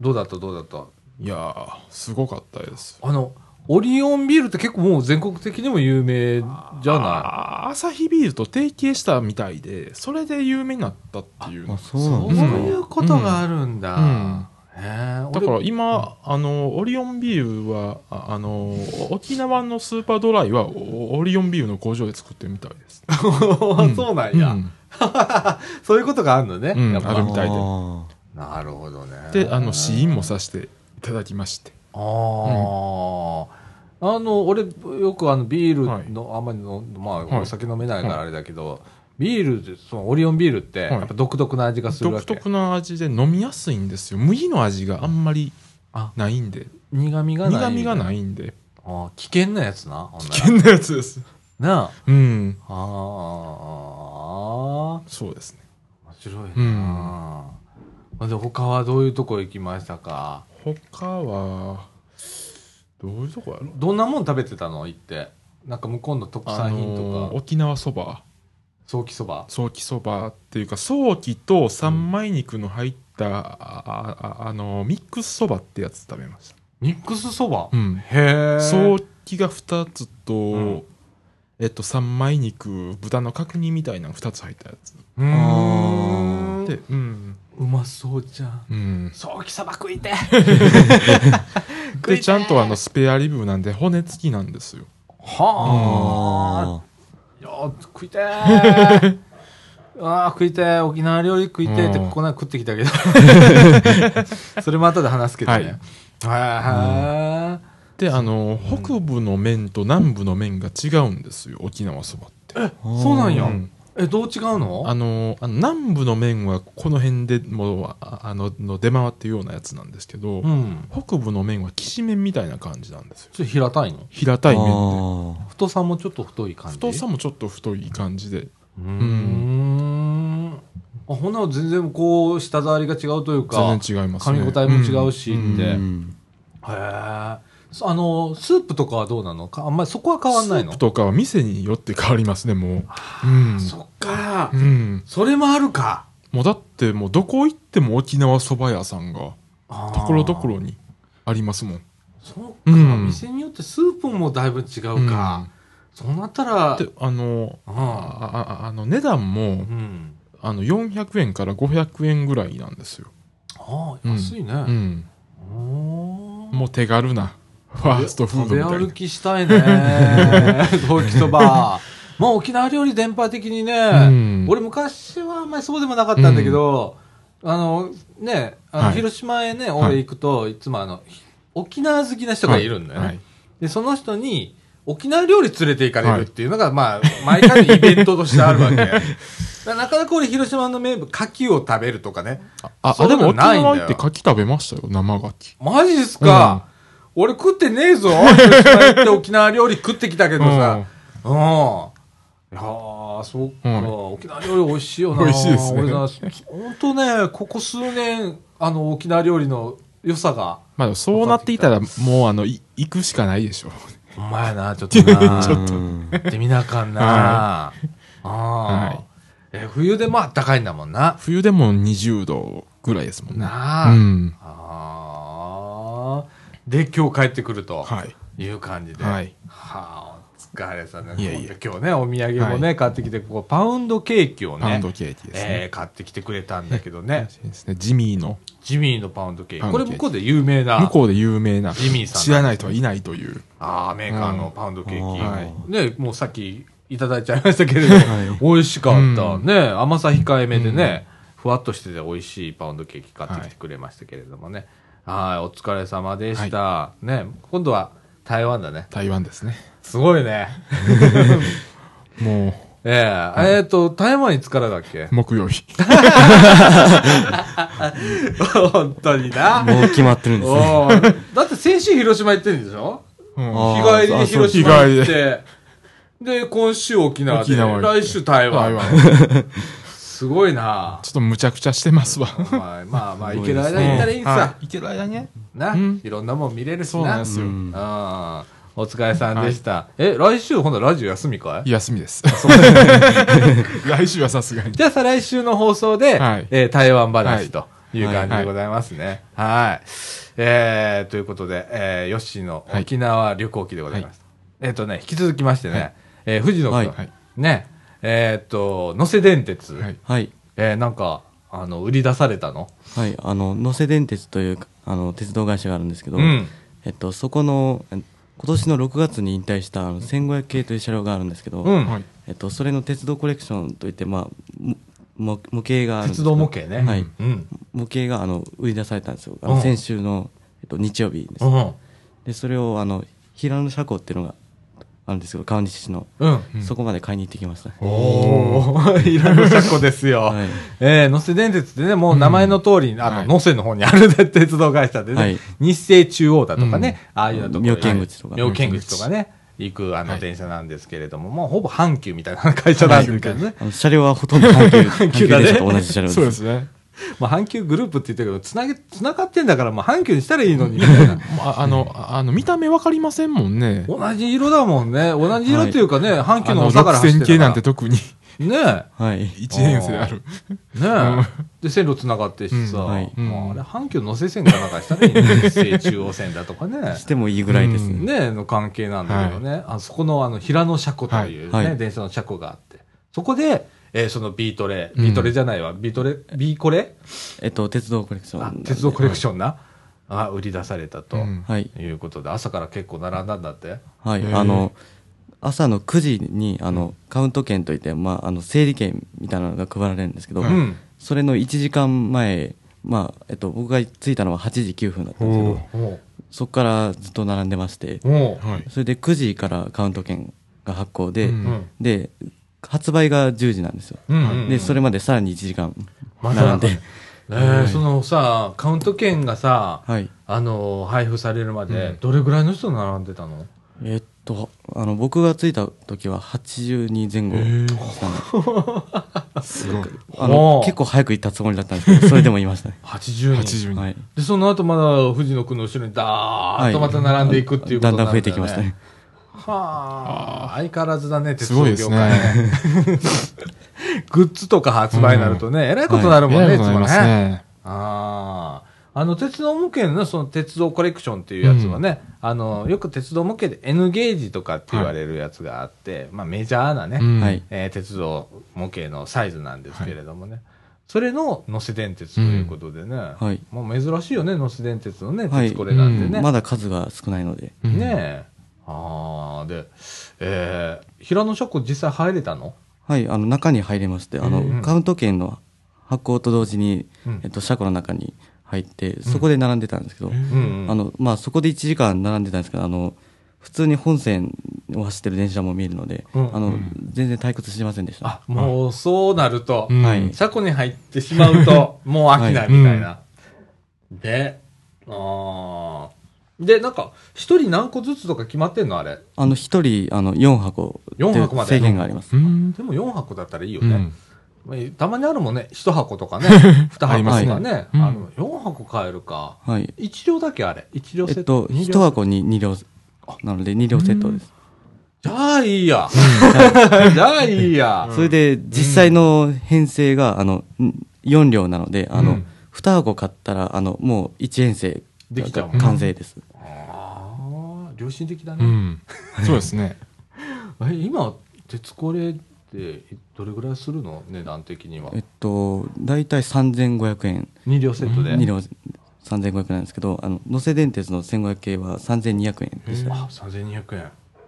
Speaker 1: どうだったどうだった
Speaker 3: いやーすごかったです
Speaker 1: あの、オリオンビールって結構もう全国的にも有名じゃな
Speaker 3: あーアサヒビールと提携したみたいでそれで有名になったっていう
Speaker 2: あ
Speaker 3: の
Speaker 2: そう
Speaker 1: い
Speaker 2: なん
Speaker 1: そう
Speaker 2: で
Speaker 3: そ
Speaker 2: す
Speaker 3: う
Speaker 2: か
Speaker 1: いうことがあるんだ。
Speaker 3: うん
Speaker 1: へえ。
Speaker 3: だから
Speaker 1: 俺
Speaker 3: 今、あのオリオンビールはああの沖縄のスーパードライはおオリオンビールの工場で作ってるみたいです、
Speaker 1: そうなんや。
Speaker 3: うん
Speaker 1: そういうことがあるのね。
Speaker 3: うん
Speaker 1: やっぱ
Speaker 3: あるみたいで
Speaker 2: あ
Speaker 1: なるほどね。
Speaker 3: であの試飲もさせていただきまして
Speaker 1: ああ、あの俺よくあのビールの、あんまりのまあ、
Speaker 3: はい
Speaker 1: お酒飲めないからあれだけど、ビールでそのオリオンビールって
Speaker 3: はい
Speaker 1: やっぱ独特な味がするわ
Speaker 3: 独
Speaker 1: け、
Speaker 3: 特な味で飲みやすいんですよ麦の味があんまり
Speaker 1: あ
Speaker 3: ないんで
Speaker 1: 苦味がない
Speaker 3: 苦みがないいんで
Speaker 1: あ危険なやつなほんなら
Speaker 3: 危険なやつです
Speaker 1: な
Speaker 3: うん
Speaker 1: あああ面
Speaker 3: そうですね
Speaker 1: 白いな、
Speaker 3: うん
Speaker 1: ほんで他はどういうとこ行きましたか
Speaker 3: 他はどういうとこやろ
Speaker 1: どんなもん食べてたの行ってなんか向こうの特
Speaker 3: あ
Speaker 1: 産品と
Speaker 3: の
Speaker 1: か
Speaker 3: 沖縄そば
Speaker 1: 早期そば
Speaker 3: 早期そばっていうか早期と三枚肉の入った、あああのミックスそばってやつ食べました、
Speaker 1: ミックスそば、
Speaker 3: うん、
Speaker 1: へえ
Speaker 3: 早期が2つと、
Speaker 1: ん
Speaker 3: えっと三枚肉豚の角煮みたいなの2つ入ったやつ
Speaker 1: うーん
Speaker 3: でうん、
Speaker 1: うまそうじゃん
Speaker 3: うん、
Speaker 1: そう貴様食い て
Speaker 3: でちゃんとあのスペアリブなんで骨付きなんですよ
Speaker 1: は
Speaker 2: あ
Speaker 1: あよー食いてー あー食いてー沖縄料理食いてーって
Speaker 3: うん
Speaker 1: こんなの食ってきたけ どそれも後で話すけどねはい
Speaker 3: であの北部の麺と南部の麺が違うんですよ沖縄そばって
Speaker 2: ー
Speaker 1: そうなんや
Speaker 3: うん
Speaker 1: えどう違うの
Speaker 3: あのあの南部の麺はこの辺でもうああのの出回ってるようなやつなんですけど、
Speaker 1: うん
Speaker 3: 北部の麺はきしめんみたいな感じなんですよ
Speaker 1: ちょっと平たいの
Speaker 3: 平たい麺
Speaker 2: あ
Speaker 1: 太さもちょっと太い
Speaker 3: で
Speaker 1: 感じ
Speaker 3: 太さもちょっと太い感じで
Speaker 1: うーんあほんなら全然こう舌触りが違うというか
Speaker 3: 全然違いますね
Speaker 1: 噛み応えも違うし
Speaker 3: ん
Speaker 1: で
Speaker 2: ー
Speaker 1: う
Speaker 2: うん
Speaker 1: へえ。そあの、スープとかはどうなのかあんまりそこは変わんないの
Speaker 3: スープとかは店によって変わりますねもう
Speaker 1: そっか
Speaker 3: う、ん、うん、
Speaker 1: それもあるか。
Speaker 3: もうだってもうどこ行っても沖縄そば屋さんが
Speaker 1: と
Speaker 3: ところどこ。ろにありますもん
Speaker 1: そっか、
Speaker 3: うん
Speaker 1: 店によってスープもだいぶ違うか。そうなったら、
Speaker 3: であの
Speaker 1: うん
Speaker 3: あああの値段も
Speaker 1: うん。
Speaker 3: あの400円から500円ぐらいなんですよ、
Speaker 1: ああ、
Speaker 3: うん
Speaker 1: 安いね。
Speaker 3: うん、
Speaker 1: おー
Speaker 3: もう手軽なファーストフード
Speaker 1: 食
Speaker 3: み
Speaker 1: べ
Speaker 3: たい
Speaker 1: 歩
Speaker 3: な
Speaker 1: きしたい ね。早期そば。まあ沖縄料理全般的にね、
Speaker 3: ん
Speaker 1: 俺昔はあんまりそうでもなかったんだけど、あのね、あの
Speaker 3: はい
Speaker 1: 広島へね、俺行くと、いつもあの、沖縄好きな人がいるんだよね。
Speaker 3: はいはい
Speaker 1: で、その人に、 沖縄料理連れて行かれるっていうのが、まあ、毎回のイベントとしてあるわけ。だだからなかなか俺、広島の名物、牡蠣を食べるとかね。
Speaker 3: あ、
Speaker 1: そ
Speaker 3: あ
Speaker 1: うい
Speaker 3: で
Speaker 1: うの
Speaker 3: も、沖
Speaker 1: ないんだよ
Speaker 3: 縄行って柿食べましたよ、生柿。
Speaker 1: マジですか、俺食ってねえぞ。広島行って沖縄料理食ってきたけどさ。うん。いやー、そっか、
Speaker 3: うん
Speaker 1: 沖縄料理美味しいよな。
Speaker 3: 美味しいですね
Speaker 1: 俺な、ほんとね、ここ数年、あの、沖縄料理の良さが。
Speaker 3: まあ、そうなっていたら、もう、あの、い行くしかないでしょ。
Speaker 1: うまいな、ちょっとな。
Speaker 3: ちょっと
Speaker 2: うん
Speaker 1: 行ってみなあかんな。
Speaker 3: は
Speaker 1: あー、
Speaker 3: はい
Speaker 1: え冬でもあったかいんだもんな。
Speaker 3: 冬でも20度ぐらいですもんね。
Speaker 1: なあ。
Speaker 3: うん。
Speaker 1: あーで、今日帰ってくると
Speaker 3: はい。
Speaker 1: いう感じで。
Speaker 3: はい。
Speaker 1: はあ、お疲れさね。
Speaker 3: いやいや
Speaker 1: 今日ね、お土産もね、買ってきて、ここ、パウンドケーキをね、
Speaker 3: パウンドケーキです
Speaker 1: え
Speaker 3: ね。
Speaker 1: ー買ってきてくれたんだけどね、
Speaker 3: ですねジミーの、
Speaker 1: ジミーのパウンドケーキ。
Speaker 3: パウン
Speaker 1: こ
Speaker 3: ド
Speaker 1: れ
Speaker 3: ケーキ
Speaker 1: 向こうで有名な、
Speaker 3: 向こうで有名な、
Speaker 1: ジミーさん
Speaker 3: 知らない人はいないという。
Speaker 1: あーメーカーのパウンドケーキ。
Speaker 2: うん
Speaker 1: はい
Speaker 2: あ
Speaker 1: ね、もうさっきいただいちゃいましたけ れど、美味しかった。
Speaker 3: うん
Speaker 1: ね、甘さ控えめでね、ふわっとしてて美味しいパウンドケーキ買ってきてくれましたけれどもね。はい、お疲れ様でした。ね、今度は台湾だね。
Speaker 3: 台湾ですね。
Speaker 1: すごいね。
Speaker 3: も
Speaker 1: えええっ、と、台湾いつからだっけ
Speaker 3: う、木曜日。
Speaker 1: 本当にな。
Speaker 2: もう決まってるんですね。
Speaker 1: おーだって先週広島行ってるんでしょ
Speaker 3: うん
Speaker 2: あ
Speaker 1: 日
Speaker 2: ー
Speaker 1: 帰りで広島行って。で、今週沖縄で、
Speaker 3: 沖縄行って
Speaker 1: 来週台
Speaker 3: 台
Speaker 1: 湾。
Speaker 3: 湾。
Speaker 1: すごいな。
Speaker 3: ちょっとむちゃくちゃしてますわ。
Speaker 1: お前まあまあ、行ける間に行ったらいいさ。
Speaker 3: い。行ける間ね。
Speaker 1: な、
Speaker 3: うん
Speaker 1: いろんなもん見れるし
Speaker 3: そうな
Speaker 1: な。
Speaker 3: んですよ。
Speaker 2: うん
Speaker 1: あお疲れさんでした。え、来週ほんならラジオ休みかい
Speaker 3: 休みです。 来週はさすがに。
Speaker 1: じゃあ再来週の放送で、
Speaker 3: はい
Speaker 1: えー台湾話
Speaker 3: は
Speaker 1: という感じでございますね。はい。えーということで、えー、ヨッシーの
Speaker 3: はい
Speaker 1: 沖縄旅行記でございます。えっ、とね、引き続きましてね、えー藤野君、
Speaker 2: はい
Speaker 3: はい
Speaker 1: ね、えっ、と、能勢電鉄、
Speaker 3: はい
Speaker 2: はい。
Speaker 1: えーなんか、あの、売り出されたの
Speaker 2: はい。あの、能勢電鉄という、あの、鉄道会社があるんですけど、
Speaker 1: うん
Speaker 2: えっと、そこの、え今年の6月に引退したあの1500系という車両があるんですけど、
Speaker 1: うん。
Speaker 3: はい。
Speaker 2: えっと、それの鉄道コレクションといって、まあ、も模模型があるんで
Speaker 1: 鉄
Speaker 2: すけど
Speaker 1: 道模型ね。
Speaker 2: はい
Speaker 1: うん。
Speaker 2: 模型があの売り出されたんですよ、あ
Speaker 1: うん
Speaker 2: の先週の、えっと、日曜日です、
Speaker 1: うん。
Speaker 2: でそれをあの平野車庫っていうのがあるんですけど川西市の、
Speaker 1: うん。
Speaker 2: そこまで買いに行ってきました、
Speaker 1: おー、 いらぬ車庫ですよ。
Speaker 2: はい
Speaker 1: えー、能勢電鉄ってね、もう名前の通り、あ
Speaker 3: は
Speaker 1: の、
Speaker 3: い
Speaker 1: 能勢の方にある鉄道会社でね、
Speaker 2: はい
Speaker 1: 日清中央だとかね、ああいうようなところ
Speaker 2: 妙見口とか
Speaker 1: 妙見口とかね、行くあの電車なんですけれども、もうほぼ阪急みたいな会社なんですけどね。
Speaker 2: あの車両はほとんど阪急 阪
Speaker 1: 急
Speaker 2: 急
Speaker 1: だね
Speaker 2: 電車と同じ車両です
Speaker 3: そうですね。
Speaker 1: まあ阪急グループって言ってるけど、つなげ、つながってんだから、まあ阪急にしたらいいのに、みたいな。
Speaker 3: まあ、あの、ああの、見た目わかりませんもんね。
Speaker 1: 同じ色だもんね。同じ色っていうかね、阪急
Speaker 3: あ
Speaker 1: の
Speaker 3: の、
Speaker 1: おから走って
Speaker 3: 6000
Speaker 1: るか
Speaker 3: 系
Speaker 1: ら
Speaker 3: なんて特に
Speaker 1: ねえ。
Speaker 2: はい
Speaker 3: 1年生である。
Speaker 1: ねえ、で線路つながってしさ、
Speaker 3: うん
Speaker 2: はい
Speaker 1: まあ、あれ阪急のせ線かなんかしたらいいのに西中央線だとかね
Speaker 2: してもいいぐらいですね、
Speaker 1: ねえの関係なんだけどね、あそこのあの平野車庫という、ね
Speaker 2: はいはい
Speaker 1: 電車の車庫があってそこで、えーそのビートレビートレじゃないわ、ビートレビーコレ
Speaker 2: えっと鉄道コレクションな
Speaker 1: あ
Speaker 2: んで
Speaker 1: 鉄道コレクションな、あ売り出されたと、
Speaker 3: うん
Speaker 2: はい
Speaker 1: いうことで朝から結構並んだんだって
Speaker 2: はい、
Speaker 3: へー
Speaker 2: あの朝の9時にあのカウント券といって、まあ、あの整理券みたいなのが配られるんですけど、
Speaker 1: うん
Speaker 2: それの1時間前、まあえっと、僕が着いたのは8時9分だったんですけ
Speaker 3: お
Speaker 2: ど
Speaker 3: ー
Speaker 1: も
Speaker 2: そこからずっと並んでまして
Speaker 1: うも
Speaker 3: はい。
Speaker 2: それで9時からカウント券が発行で、
Speaker 3: うん
Speaker 1: ううん
Speaker 2: で発売が10時なんですよ、
Speaker 1: うんうん
Speaker 2: でそれまでさらに1時間
Speaker 1: ま
Speaker 2: 並んで、
Speaker 1: ねえそのさカウント券がさ、
Speaker 2: はい
Speaker 1: あの配布されるまで
Speaker 3: うん
Speaker 1: どれぐらいの人並んでたの、
Speaker 2: えっとあの僕が着いた時は82前後したの
Speaker 3: すごい。
Speaker 2: あ
Speaker 1: お
Speaker 2: の
Speaker 1: ー
Speaker 2: 結構早く行ったつもりだったんですけど それでもいましたね
Speaker 1: ?80 人。
Speaker 3: 80人。
Speaker 2: はい
Speaker 1: で、その後まだ藤野くんの後ろにダーッとまた並んでいくっていうこと
Speaker 2: だ
Speaker 1: に
Speaker 2: ん
Speaker 1: なる
Speaker 2: だん増
Speaker 1: よ
Speaker 2: えてきましたね。
Speaker 1: はあ、相変わらずだね、鉄
Speaker 3: す
Speaker 1: 道
Speaker 3: ごい
Speaker 1: 業
Speaker 3: です
Speaker 1: 界
Speaker 3: ね
Speaker 1: ね。グッズとか発売になるとね、えらいことになるもんね、
Speaker 3: え
Speaker 1: い
Speaker 3: らいこ
Speaker 1: つ
Speaker 3: と
Speaker 1: も
Speaker 3: になります
Speaker 1: ね。
Speaker 3: ね。
Speaker 1: ああ。あの、鉄道模型のねその鉄道コレクションっていうやつはね、あの、よく鉄道模型で N ゲージとかって言われるやつがあって、まあメジャーなね、
Speaker 3: うん
Speaker 2: はい
Speaker 1: えー鉄道模型のサイズなんですけれどもね、それの能勢電鉄ということでね、
Speaker 2: はい
Speaker 1: まあ、珍しいよね能勢電鉄のね
Speaker 2: はい
Speaker 1: 鉄これなんてね、
Speaker 2: まだ数が少ないので
Speaker 3: うん
Speaker 1: ねえああで、えー平野車庫実際入れたの
Speaker 2: はい、あの中に入れまして、あの、
Speaker 1: うん
Speaker 2: カウント券の発行と同時に、
Speaker 1: うん
Speaker 2: えっと、車庫の中に入って、そこで並んでたんですけど、
Speaker 1: うんうん
Speaker 2: あの、まあ、そこで1時間並んでたんですけど、あの、普通に本線を走ってる電車も見るので、
Speaker 1: うん
Speaker 2: あの
Speaker 3: ん
Speaker 2: 全然退屈しませんでした
Speaker 1: あ、もうそうなると、
Speaker 3: うん
Speaker 2: はい
Speaker 1: 車庫に入ってしまう と、もう飽きないみたいな。で、あーで、なんか、一人何個ずつとか決まってんのあれ。
Speaker 2: あの一人あの4箱って
Speaker 1: 4箱まで
Speaker 2: 制限があります、
Speaker 3: うん
Speaker 1: でも4箱だったらいいよ
Speaker 3: う
Speaker 1: ね。
Speaker 3: ん
Speaker 1: まあたまにあるもんね、1箱とか ね、2
Speaker 3: あ
Speaker 1: 箱
Speaker 3: ります
Speaker 1: と
Speaker 2: ね
Speaker 1: かね、
Speaker 3: うん
Speaker 1: あの4箱買えるか。
Speaker 2: はい
Speaker 1: 1両だけあれ。1両
Speaker 2: え
Speaker 1: セ
Speaker 2: っ
Speaker 1: ット
Speaker 2: と。
Speaker 1: 二
Speaker 2: 1
Speaker 1: 両
Speaker 2: 箱に2両なので2両セットです
Speaker 1: じゃあいいや。 じゃあいいや。
Speaker 2: それで実際の編成があのん4両なのであ
Speaker 3: う
Speaker 2: の
Speaker 3: ん
Speaker 2: 2箱買ったらあのもう1編成
Speaker 1: できちゃう
Speaker 2: 完成です
Speaker 1: ああ、良心的だ
Speaker 3: う
Speaker 1: ね。
Speaker 3: んそうですね
Speaker 1: え今、鉄コレってどれぐらいするの値段的には
Speaker 2: え。っと大体3500円
Speaker 1: 2両セットで。
Speaker 2: 2両3500円なんですけどあの能勢電鉄の1500系は3200円でした
Speaker 1: あ、3200円。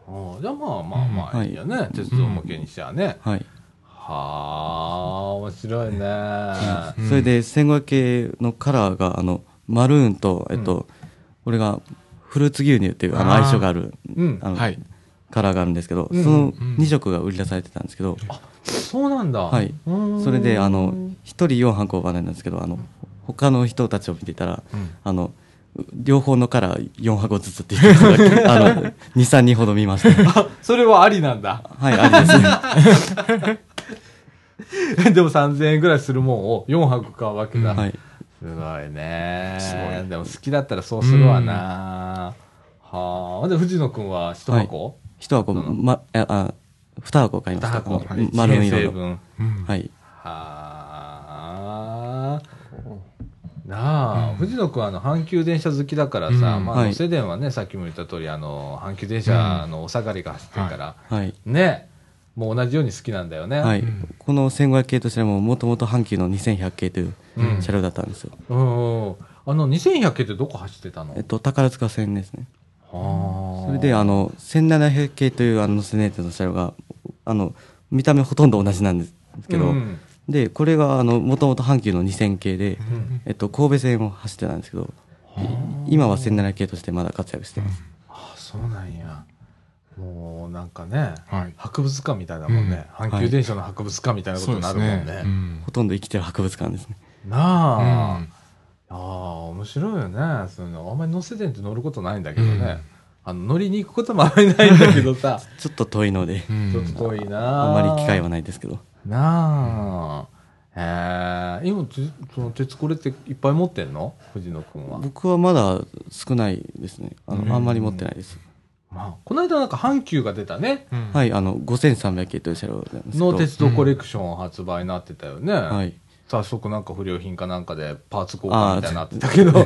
Speaker 1: あじゃあまあまあま
Speaker 2: う
Speaker 1: あ
Speaker 2: ん
Speaker 1: いいよね。鉄道向けにしてはね。
Speaker 2: はい
Speaker 1: はあ、面白いね。あ
Speaker 3: うん
Speaker 2: それで1500系のカラーがあのマルーンと、えっと俺がフルーツ牛乳っていうあの
Speaker 3: あー
Speaker 2: 相性がある
Speaker 1: うん
Speaker 2: あの
Speaker 3: はい
Speaker 2: カラーがあるんですけど、
Speaker 1: うん
Speaker 2: その
Speaker 3: うん
Speaker 2: 2色が売り出されてたんですけど、
Speaker 1: そうなんだ。
Speaker 2: はい、それであの1人4箱までなんですけどあの他の人たちを見てたら、
Speaker 3: うん
Speaker 2: あの両方のカラー4箱ずつっていう人 があの23人ほど見ました
Speaker 1: あそれはありなんだ。
Speaker 2: はいありですね
Speaker 1: でも3000円ぐらいするもんを4箱買うわけだ。
Speaker 2: はい
Speaker 1: すごいね。
Speaker 3: すごい
Speaker 1: でも好きだったらそうするわな。はあ。で、藤野くんは1箱、
Speaker 2: 1箱、ま、ああ2箱買いま
Speaker 1: 二
Speaker 2: した
Speaker 1: 箱。
Speaker 2: あのマルーン
Speaker 1: 一年生
Speaker 2: 色の
Speaker 1: 分。
Speaker 3: うん
Speaker 2: はい
Speaker 1: はあ。なあ、藤野君はあの阪急電車好きだからさ、
Speaker 3: うん
Speaker 1: まあ、
Speaker 2: は
Speaker 1: あ
Speaker 2: い
Speaker 1: のセデンはね、さっきも言った通り、あの、阪急電車のお下がりが走ってるから、
Speaker 2: はい
Speaker 1: ね、もう同じように好きなんだよね。
Speaker 2: はい、
Speaker 3: ん
Speaker 2: この1500系としてももともと阪急の2100系という
Speaker 1: うん
Speaker 2: 車両だったんですよ、
Speaker 1: うんうん。あの、2100系ってどこ走ってたの
Speaker 2: えっと宝塚線ですね
Speaker 1: はあ
Speaker 2: それであの1700系というあのセネーテの車両があの見た目ほとんど同じなんですけど、
Speaker 1: うん
Speaker 2: でこれがもともと阪急の2000系で、えっと、神戸線を走ってたんですけどい今は1700系としてまだ活躍してます、
Speaker 1: あそうなんやもうなんかね
Speaker 3: はい
Speaker 1: 博物館みたいだもんね、阪急電車の博物館みたいなこと
Speaker 3: そう
Speaker 1: に
Speaker 3: で
Speaker 1: な
Speaker 3: す
Speaker 1: るもんね
Speaker 3: ねうん
Speaker 2: ほとんど生きてる博物館ですね
Speaker 1: なあ、あ
Speaker 3: うん
Speaker 1: あ面白いよねそういうのあんまり乗せてんって乗ることないんだけどね、あの乗りに行くこともあんまりないんだけど さ
Speaker 2: ちょっと遠いので、
Speaker 1: ちょっと遠いな
Speaker 2: あんまり機会はないですけど
Speaker 1: なあ、ええ今つその鉄これっていっぱい持ってんの藤野くんは
Speaker 2: 僕はまだ少ないですねあの、あんまり持ってないです
Speaker 1: まあこの間なんか阪急が出たね
Speaker 3: うん
Speaker 2: はい、あの5300系という車両なんですけ
Speaker 1: の
Speaker 2: ど、
Speaker 1: 鉄道コレクション発売になってたよね、
Speaker 2: はい、
Speaker 1: 早速なんか不良品かなんかでパーツ交換みたいになってたけど、
Speaker 2: ちょっ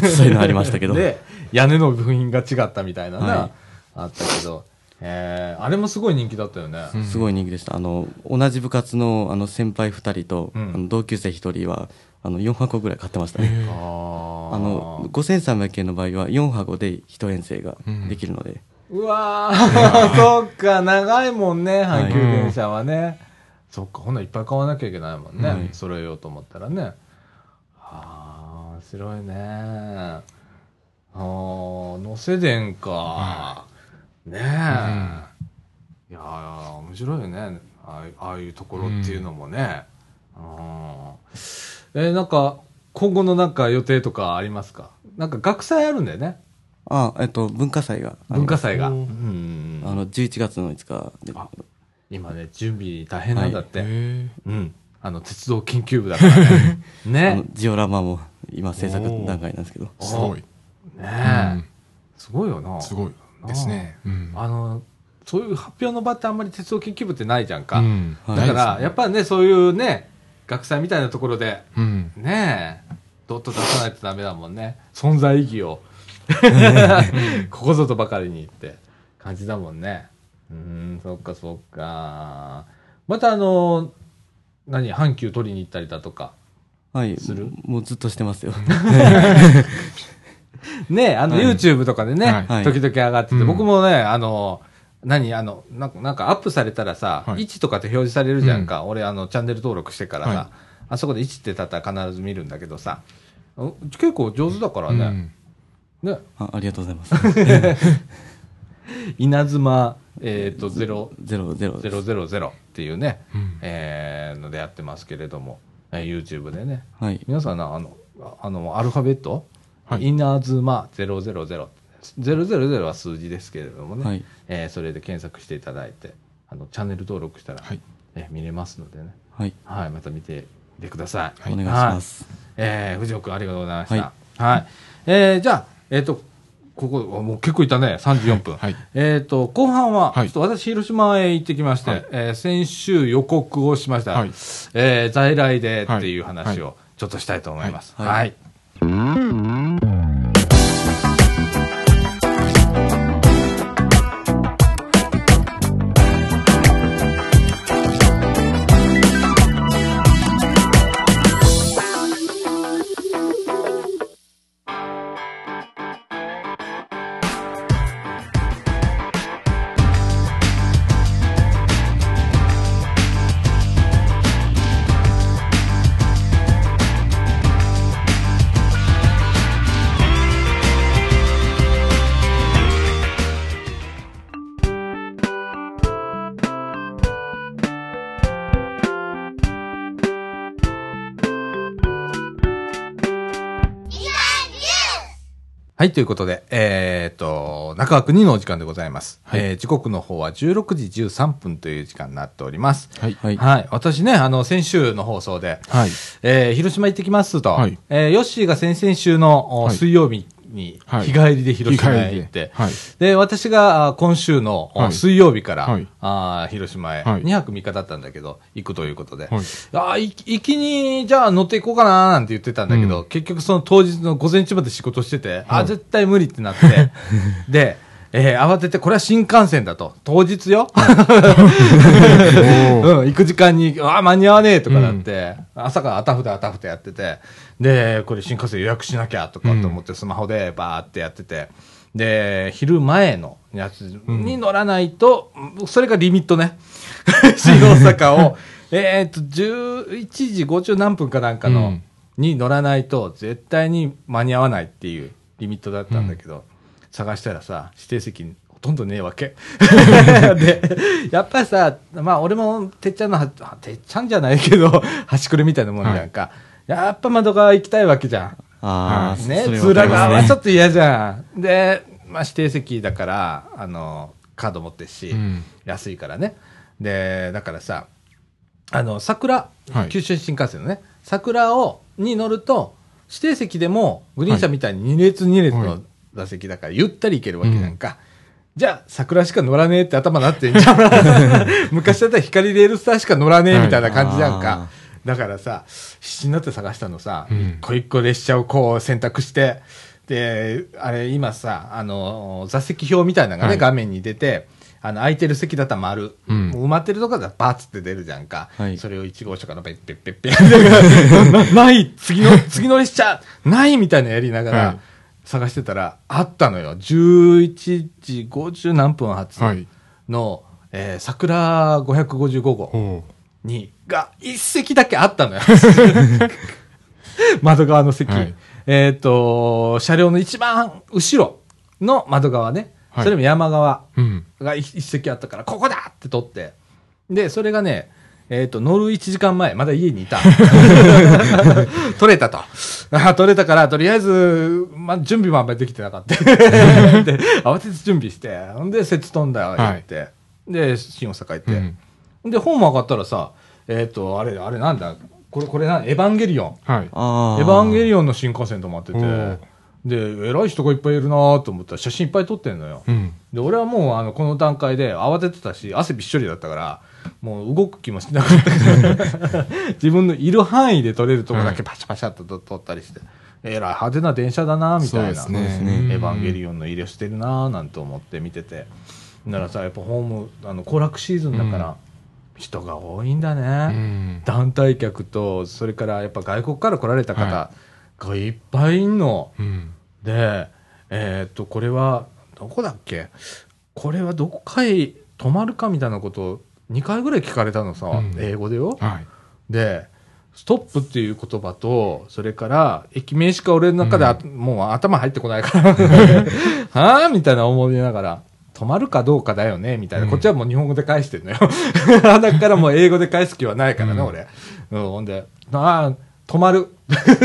Speaker 2: と そういうのありましたけど、
Speaker 1: で、屋根の部品が違ったみたいなな、
Speaker 2: はい
Speaker 1: あったけど、えーあれもすごい人気だったよね。
Speaker 3: うん
Speaker 2: すごい人気でした。あの同じ部活のあの先輩2人と、
Speaker 1: うん
Speaker 2: あの同級生1人はあの4箱ぐらい買ってましたね。
Speaker 1: あー
Speaker 2: あの5300系の場合は4箱で1編成ができるので、
Speaker 1: うわー、そっか、長いもんね、阪急電車はね。そっか、ほんならいっぱい買わなきゃいけないもんね、
Speaker 2: はい
Speaker 1: 揃えようと思ったらね。あー、面白いね。あー、能勢電か。ねえ。いやー、面白いよね。ああいうああいうところっていうのもね。うんえーなんか、今後のなんか予定とかありますかなんか学祭あるんだよね。
Speaker 2: あ、えっと文化祭があり
Speaker 1: 文
Speaker 2: ま
Speaker 1: 化
Speaker 2: す
Speaker 1: 祭が。
Speaker 3: う
Speaker 1: うん
Speaker 2: あの11月の5日で、
Speaker 1: あ今ね、準備大変なんだって。
Speaker 3: へ
Speaker 1: うん。あの、鉄道研究部だから ね。
Speaker 2: あ
Speaker 1: ね。
Speaker 2: のジオラマも今制作段階なんですけど、
Speaker 3: ーすごい
Speaker 1: ね
Speaker 3: うん
Speaker 1: え。すごいよな。
Speaker 3: すごいですねうん
Speaker 1: あの、そういう発表の場ってあんまり鉄道研究部ってないじゃんか。
Speaker 3: うん
Speaker 2: は
Speaker 1: だ
Speaker 2: い
Speaker 1: から、やっぱりね、そういうね、学祭みたいなところで、
Speaker 3: うん
Speaker 1: ねえ、どっと出さないとダメだもんね。存在意義を。 ここぞとばかりにって感じだもんね。うーん、そっかそっか。またあの、何、阪急取りに行ったりだとか。
Speaker 2: はい
Speaker 1: する、
Speaker 2: もうずっとしてます よ。
Speaker 1: ね、あの、
Speaker 2: はい
Speaker 1: YouTube とかでね、
Speaker 2: はい
Speaker 1: 時々上がってて、
Speaker 3: うん
Speaker 1: 僕もね、あの、何、あの、なんか、なんかアップされたらさ、
Speaker 3: はい
Speaker 1: 位置とかって表示されるじゃんか。俺、あの、チャンネル登録してからさ、
Speaker 3: はい
Speaker 1: あそこで位置ってたったら必ず見るんだけどさ、う結構上手だからね。ね。
Speaker 2: あありがとうございます。
Speaker 1: 稲妻、えっ、と、ゼロ、
Speaker 2: ゼロゼロ
Speaker 1: ゼ
Speaker 2: です
Speaker 1: ロゼロゼロっていうね、
Speaker 3: うん
Speaker 1: えーのでやってますけれども、えー YouTube でね、
Speaker 2: はい
Speaker 1: 皆さんなあの、ああの、アルファベット、
Speaker 3: はい
Speaker 1: 稲妻000、000は数字ですけれどもね、
Speaker 2: はい
Speaker 1: えーそれで検索していただいて、あのチャンネル登録したら、
Speaker 3: はい
Speaker 1: えー見れますのでね、
Speaker 2: はい
Speaker 1: はい、また見てみてください。
Speaker 2: お願いします
Speaker 1: はい。えー藤尾君ありがとうございました。は。
Speaker 2: はい
Speaker 1: えーじゃあ、えっ、と、ここ、もう結構いったね、34分。
Speaker 3: はい
Speaker 1: えっ、と、後半は、
Speaker 3: はい
Speaker 1: ちょっと私、広島へ行ってきまして、
Speaker 3: はい
Speaker 1: えー先週予告をしました、
Speaker 3: はい
Speaker 1: えー在来でっていう話
Speaker 3: は
Speaker 1: をちょっとしたいと思います。は。
Speaker 2: はいい
Speaker 1: はい、ということで、えっ、と、中川国のお時間でございます。
Speaker 3: はい
Speaker 1: えー時刻の方は16時13分という時間になっております。
Speaker 3: はい
Speaker 2: はい
Speaker 1: はい。私ね、あの、先週の放送で、
Speaker 3: はい
Speaker 1: えー広島行ってきますと、
Speaker 3: はい
Speaker 1: えーヨッシーが先々週の、お
Speaker 3: はい
Speaker 1: 水曜日に
Speaker 3: はい
Speaker 1: 日帰りで広島へ行って、
Speaker 3: 日帰りではい
Speaker 1: で、私があー今週の、お
Speaker 3: はい
Speaker 1: 水曜日から、
Speaker 3: はい
Speaker 1: あー広島へ、
Speaker 3: はい
Speaker 1: 2泊3日だったんだけど、行くということで、
Speaker 3: はい
Speaker 1: あーい行きに、じゃあ乗っていこうかなーなんて言ってたんだけど、
Speaker 3: う
Speaker 1: 結局その当日の午前中まで仕事してて、あ
Speaker 3: は
Speaker 1: ー
Speaker 3: い
Speaker 1: 絶対無理ってなって、 で、えー慌てて、これは新幹線だと。当日よ。
Speaker 3: おー
Speaker 1: うん、行く時間に、あ、間に合わねえとかだって、朝からあたふたあたふたやってて、で、これ新幹線予約しなきゃとかと思って、スマホでバーってやってて、で、昼前のやつに乗らないと、それがリミットね。 新大阪を、えーっと、11時50何分かなんかの、
Speaker 3: うん
Speaker 1: に乗らないと、絶対に間に合わないっていうリミットだったんだけど、探したらさ、指定席ほとんどねえわけ。で、やっぱりさ、まあ俺もてっちゃんのは、あてっちゃんじゃないけど、 端くれみたいなもんじゃんか。やっぱ窓側行きたいわけじゃん。
Speaker 2: ああ
Speaker 1: ね、
Speaker 2: わ
Speaker 1: 通
Speaker 2: か
Speaker 1: ら
Speaker 2: り
Speaker 1: 側
Speaker 2: ま
Speaker 1: は
Speaker 2: す
Speaker 1: ちょっと嫌じゃん。で、まあ、指定席だから、あの、カード持ってるし、
Speaker 3: うん
Speaker 1: 安いからね。で、だからさ、あの、桜、
Speaker 3: はい
Speaker 1: 九州新幹線のね、桜を、に乗ると、指定席でも、グリーン車みたいに2列2列
Speaker 3: はい
Speaker 1: の座席だから、ゆったり行けるわけじゃんか。じゃあ、桜しか乗らねえって頭なってんじゃん。 昔だったら光レールスターしか乗らねえみたいな感じじゃんか。
Speaker 2: はいあー
Speaker 1: だからさ、必死になって探したのさ、
Speaker 3: うん
Speaker 1: 一個一個列車をこう選択して、で、あれ今さ、あの、座席表みたいなのがね、
Speaker 3: はい
Speaker 1: 画面に出て、あの、空いてる席だったら丸、
Speaker 3: うん
Speaker 1: もう埋まってるとこだったらバツって出るじゃんか。
Speaker 2: はい
Speaker 1: それを1号車からペッペッペッペッなない次の、次の列車ないみたいなのやりなが
Speaker 3: はい
Speaker 1: ら探してたら、あったのよ。11時50何分発
Speaker 3: はい
Speaker 1: の、えー桜555号。
Speaker 3: おー
Speaker 1: に、が、一席だけあったのよ。 窓側の席。
Speaker 3: はい
Speaker 1: えっ、と、車両の一番後ろの窓側ね。
Speaker 3: はい
Speaker 1: それも山側
Speaker 3: うん
Speaker 1: が一一席あったから、ここだって取って。で、それがね、えっ、と、乗る1時間前、まだ家にい た。取れたと。あ取れたから、とりあえず、まあ、準備もあんまりできてな かった。で慌てて準備して、ほんで、節飛んだよ、言って。で、新大阪行って。
Speaker 3: うん
Speaker 1: で、本も上がったらさ、えっ、と、あれ、あれなんだ、これ、これな、エヴァンゲリオン。
Speaker 3: はい
Speaker 2: ああ
Speaker 1: エヴァンゲリオンの新幹線止まってて
Speaker 3: おー、
Speaker 1: で、偉い人がいっぱいいるなーと思ったら、写真いっぱい撮ってんのよ。
Speaker 3: うん
Speaker 1: で、俺はもう、あの、この段階で慌ててたし、汗びっしょりだったから、もう動く気もしなかったから、 自分のいる範囲で撮れるとこだけパシャパシャっと撮ったりして、えらい派手な電車だなーみたいな。
Speaker 3: そうです
Speaker 2: ね
Speaker 1: エヴァンゲリオンの入れしてるなーなんて思って見ててならさやっぱホームあの行楽シーズンだから人が多いんだ
Speaker 3: う
Speaker 1: ね、
Speaker 3: ん
Speaker 1: 団体客とそれからやっぱ外国から来られた方
Speaker 3: は
Speaker 1: がいっぱいいんの、
Speaker 3: うん
Speaker 1: でえーっとこれはどこだっけこれはどこかへ泊まるかみたいなことを2回ぐらい聞かれたのさ、
Speaker 3: うん
Speaker 1: 英語でよ、
Speaker 3: はい
Speaker 1: で、ストップっていう言葉と、それから、駅名 しか俺の中であ、もう頭入ってこないから、はぁみたいな思いながら、止まるかどうかだよね、みたいな。こっちはもう日本語で返してんのよ。 だからもう英語で返す気はないからね、俺。うん、ほんで、ああ、止まる。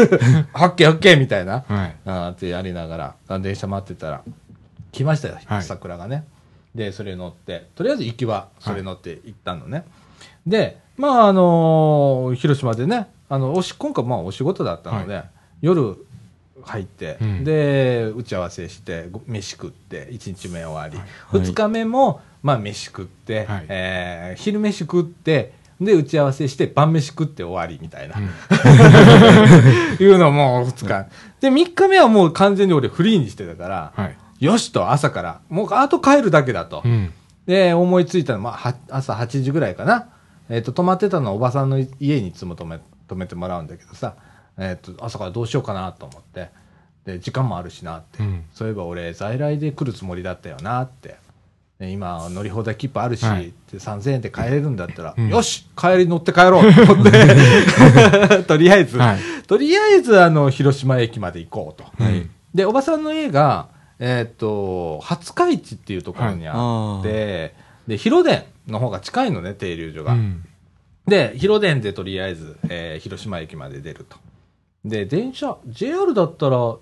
Speaker 1: はっけはっけみたいな。
Speaker 3: はい。
Speaker 1: あーってやりながらあ電車待ってたら来ましたよ、
Speaker 3: はい
Speaker 1: 桜がねでそれ乗ってとりあえず行きはそれ乗って行ったのね、でまああのー広島でねあのおし今回まあお仕事だったので、夜入って、
Speaker 3: うん
Speaker 1: で打ち合わせしてご飯食って1日目終わり、
Speaker 2: はい
Speaker 1: 2日目も、まあ、飯食って、
Speaker 3: はい
Speaker 1: えー昼飯食ってで打ち合わせして晩飯食って終わりみたいな、いうのも2日。で、3日目はもう完全に俺フリーにしてたから、
Speaker 3: はい。
Speaker 1: よしと朝から、もうあと帰るだけだと。
Speaker 3: うん。
Speaker 1: で、思いついたの、まあ、は朝8時ぐらいかな。えっ、と、泊まってたのはおばさんの家にいつも泊め泊めてもらうんだけどさ、えっ、と、朝からどうしようかなと思って、で、時間もあるしなって。
Speaker 3: うん
Speaker 1: そういえば俺、在来で来るつもりだったよなって。で今、乗り放題切符あるし、
Speaker 3: はい
Speaker 1: で3000円で帰れるんだったら、
Speaker 3: うん
Speaker 1: よし帰り乗って帰ろうと思 って、とりあえず、
Speaker 3: はい
Speaker 1: とりあえず、あの、広島駅まで行こうと。
Speaker 3: はい
Speaker 1: で、おばさんの家が、えーっと、廿日市っていうところにあって、で、広電の方が近いのね、停留所が。
Speaker 3: うん。
Speaker 1: で、広電でとりあえず、えー広島駅まで出ると。で、電車、JR だったら、10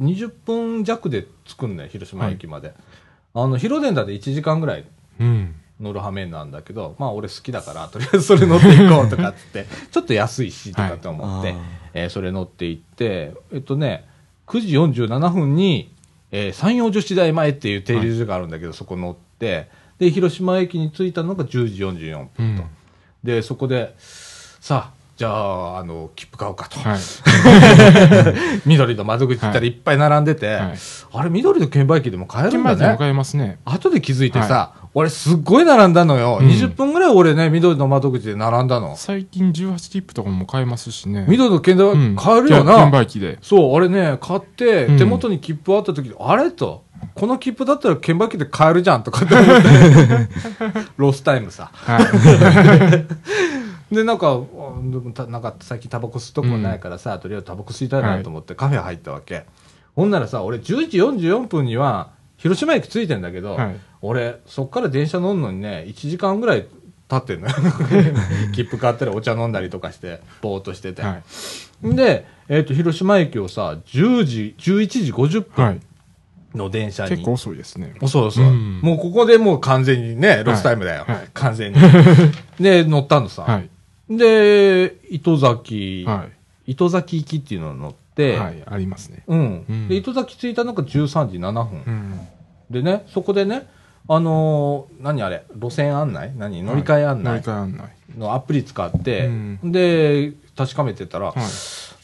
Speaker 1: 20分弱で着くんだよ、広島駅まで。あの、広電だって1時間ぐらい
Speaker 3: うん。
Speaker 1: 乗る羽目なんだけど、まあ俺好きだから、とりあえずそれ乗っていこうとかっつ って、ちょっと安いし、とかって思って、
Speaker 2: はいあー
Speaker 1: えーそれ乗って行って、えっとね、9時47分に、えー山陽女子大前っていう停留所があるんだけど、そこ乗って、で、広島駅に着いたのが10時44分。
Speaker 3: うん。
Speaker 1: で、そこで、さあ、じゃあ、あの、切符買おうかと。
Speaker 3: はい。
Speaker 1: 緑の窓口行ったら
Speaker 3: はいい
Speaker 1: っぱい並んでて、
Speaker 3: はい
Speaker 1: あれ、緑の券売機でも買える
Speaker 3: 券
Speaker 1: んだ
Speaker 3: 売機でも
Speaker 1: ね。
Speaker 3: 買えますね。
Speaker 1: 後で気づいてさ、俺すっごい並んだのよ。
Speaker 3: うん
Speaker 1: 20分ぐらい俺ね、緑の窓口で並んだの。
Speaker 3: 最近18切符とかも買えますしね。
Speaker 1: 緑の券売
Speaker 3: うん
Speaker 1: 機買えるよ
Speaker 3: 券
Speaker 1: な。
Speaker 3: 券売機で。
Speaker 1: そう、俺ね、買って
Speaker 3: う、ん
Speaker 1: 手元に切符あった時、あれと、この切符だったら券売機で買えるじゃんとかって思 って。ロスタイムさ。
Speaker 3: はい。
Speaker 1: でなんかあでもたなんか最近タバコ吸うとこないからさ、とりあえずタバコ吸いたいなと思ってカフェ入ったわけ、ほんならさ俺11時44分には広島駅着いてんだけど、
Speaker 3: はい
Speaker 1: 俺そっから電車乗るのにね1時間ぐらい経ってんのよ 切符買ったりお茶飲んだりとかしてぼーっとしてて、
Speaker 3: はい。
Speaker 1: で、えっと広島駅をさ10時11時50
Speaker 3: は
Speaker 1: 分
Speaker 3: い。
Speaker 1: の電車に、
Speaker 3: 結構遅いですね。
Speaker 1: そうそう、
Speaker 3: うん
Speaker 1: もうここでもう完全にねロスタイムだよ、
Speaker 3: はいはい
Speaker 1: 完 全にで乗ったのさ、
Speaker 3: はい。
Speaker 1: で、糸崎、
Speaker 3: は
Speaker 1: 糸崎行きっていうのを乗っ
Speaker 3: い。
Speaker 1: て、
Speaker 3: はい。ありますね。
Speaker 1: うん、
Speaker 3: うん
Speaker 1: で、糸崎着いたのが13時7分。
Speaker 3: うん。
Speaker 1: でね、そこでね、あのー何あれ、路線案内何乗り換え案
Speaker 3: は
Speaker 1: 内
Speaker 3: い乗り換え案内。
Speaker 1: のアプリ使って、
Speaker 3: うん
Speaker 1: で、確かめてたら、
Speaker 3: はい。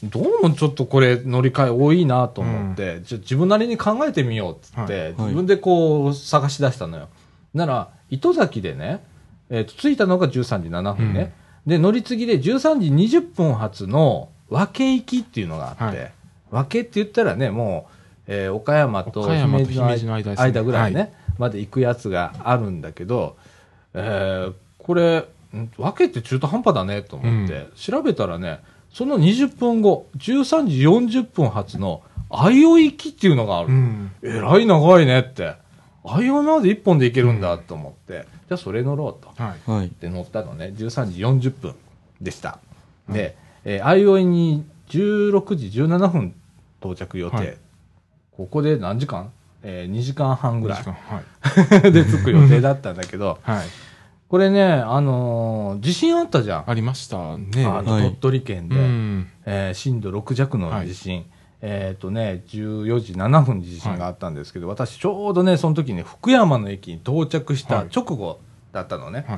Speaker 1: どうもちょっとこれ乗り換え多いなと思って、じゃあ自分なりに考えてみようっつって、
Speaker 3: はい
Speaker 1: 自分でこう探し出したのよ。なら、糸崎でね、えーと着いたのが13時7分ね、で、乗り継ぎで13時20分発の和気行きっていうのがあって、
Speaker 3: はい
Speaker 1: 和気って言ったらね、もう、えー岡山と
Speaker 3: 岡山と姫
Speaker 1: 姫
Speaker 3: 路
Speaker 1: 路
Speaker 3: の
Speaker 1: の
Speaker 3: 間ですね
Speaker 1: 間ぐらいね、
Speaker 3: は
Speaker 1: まで行くやつがあるんだけど、えーこれ、ん分けって中途半端だねと思って、
Speaker 3: う
Speaker 1: 調べたらね、その20分後、13時40分発の、あいお行きっていうのがある。
Speaker 3: うん。
Speaker 1: えらい長いねって。あいおまで1本で行けるんだと思って、じゃあそれ乗ろうと。
Speaker 3: はい。
Speaker 2: はい
Speaker 1: で乗ったのね、13時40分でした。で、えー、あいおいに16時17分到着予定。
Speaker 3: はい
Speaker 1: ここで何時間えー、2時間半ぐら
Speaker 3: 時間
Speaker 1: い
Speaker 3: は い。
Speaker 1: で着く予定だったんだけど、
Speaker 3: はい。
Speaker 1: これね、あのー地震あったじゃん。
Speaker 3: ありましたね。
Speaker 1: あの
Speaker 2: はい
Speaker 1: 鳥取県で、
Speaker 3: うん。
Speaker 1: えー震度6弱の地震、えっ、とね、14時7分に地震があったんですけど、私ちょうどね、その時ね、福山の駅に到着した直後だったのね。
Speaker 3: は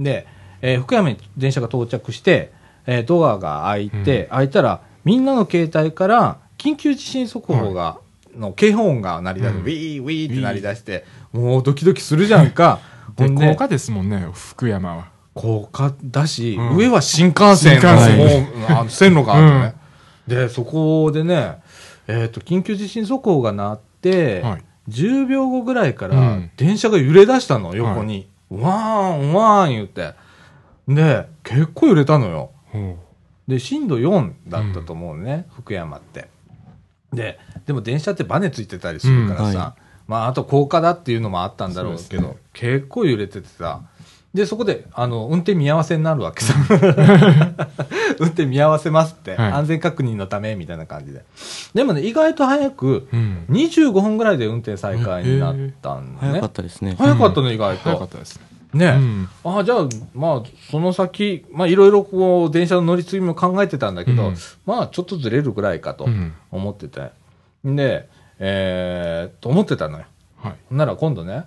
Speaker 3: い。
Speaker 1: で、えー福山に電車が到着して、えードアが開いて、開いたら、みんなの携帯から緊急地震速報が、の警報音が鳴り出す、
Speaker 3: うん
Speaker 1: ウィーウィーって鳴り出して、もうドキドキするじゃんか。ほ
Speaker 3: で、
Speaker 1: んで
Speaker 3: 高架ですもんね、福山は。
Speaker 1: 高架だし、
Speaker 3: うん
Speaker 1: 上は新幹線の
Speaker 3: 新幹
Speaker 1: もうあの線路があるのね、で、そこでね、えっ、と、緊急地震速報が鳴って、
Speaker 3: はい
Speaker 1: 10秒後ぐらいか
Speaker 3: う
Speaker 1: ら
Speaker 3: ん、
Speaker 1: 電車が揺れ出したの、横に。わーん、わーん言って。で、結構揺れたのよ。
Speaker 3: ほ
Speaker 1: で、震度4だったと思うね、福山って。で、でも電車ってバネついてたりするからさ、
Speaker 2: うんは
Speaker 1: まあ、あと高架だっていうのもあったんだろうけど、
Speaker 3: そう
Speaker 1: 結構揺れててさ、で、そこで、あの、運転見合わせになるわけさ。運転見合わせますって、
Speaker 3: はい
Speaker 1: 安全確認のため、みたいな感じで。でもね、意外と早く、
Speaker 3: うん
Speaker 1: 25分ぐらいで運転再開になったんだね。
Speaker 2: 早かったですね。
Speaker 1: 早かったね、意外と。
Speaker 3: 早かったですね。
Speaker 1: ね、
Speaker 3: うん
Speaker 1: あじゃあ、まあ、その先、まあ、いろいろこう、電車の乗り継ぎも考えてたんだけど、
Speaker 3: うん
Speaker 1: まあ、ちょっとずれるぐらいかと
Speaker 3: うん
Speaker 1: 思ってて。で、えー、と思ってたのよ。
Speaker 3: はい。
Speaker 1: ほんなら今度ね、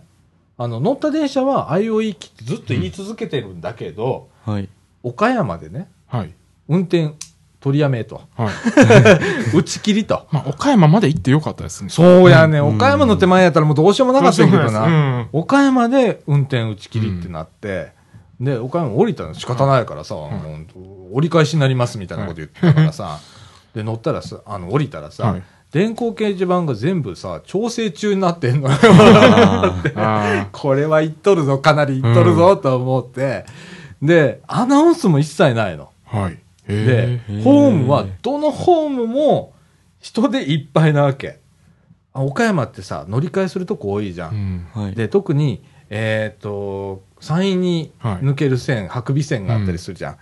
Speaker 1: あの、乗った電車は IOE 機ってずっと言い続けてるんだけど、
Speaker 2: はい。
Speaker 1: 岡山でね、
Speaker 3: はい。
Speaker 1: 運転取りやめ と。
Speaker 3: はい。
Speaker 1: 打ち切りと。
Speaker 3: まあ、岡山まで行ってよかったですね。
Speaker 1: そうやね、岡山の手前やったらもうどうしようもなかったんやけど
Speaker 3: ど
Speaker 1: な。
Speaker 3: うん。
Speaker 1: 岡山で運転打ち切りってなって、で岡山降りたの仕方ないからさ、もう折り返しになりますみたいなこと言ってたからさ、で乗ったらさあの降りたらさ、
Speaker 3: はい
Speaker 1: 電光掲示板が全部さ調整中になってんのよ
Speaker 2: あ
Speaker 3: あ
Speaker 1: これは行っとるぞかなり行っとるぞと思って、でアナウンスも一切ないの
Speaker 3: あ。はい。
Speaker 1: で
Speaker 3: へえ。
Speaker 1: ホームはどのホームも人でいっぱいなわけあ岡山ってさ乗り換えするとこ多いじゃん
Speaker 3: う、ん。
Speaker 2: ーはい。
Speaker 1: で特に、えー、と山陰に抜ける線、白尾線があったりするじゃん、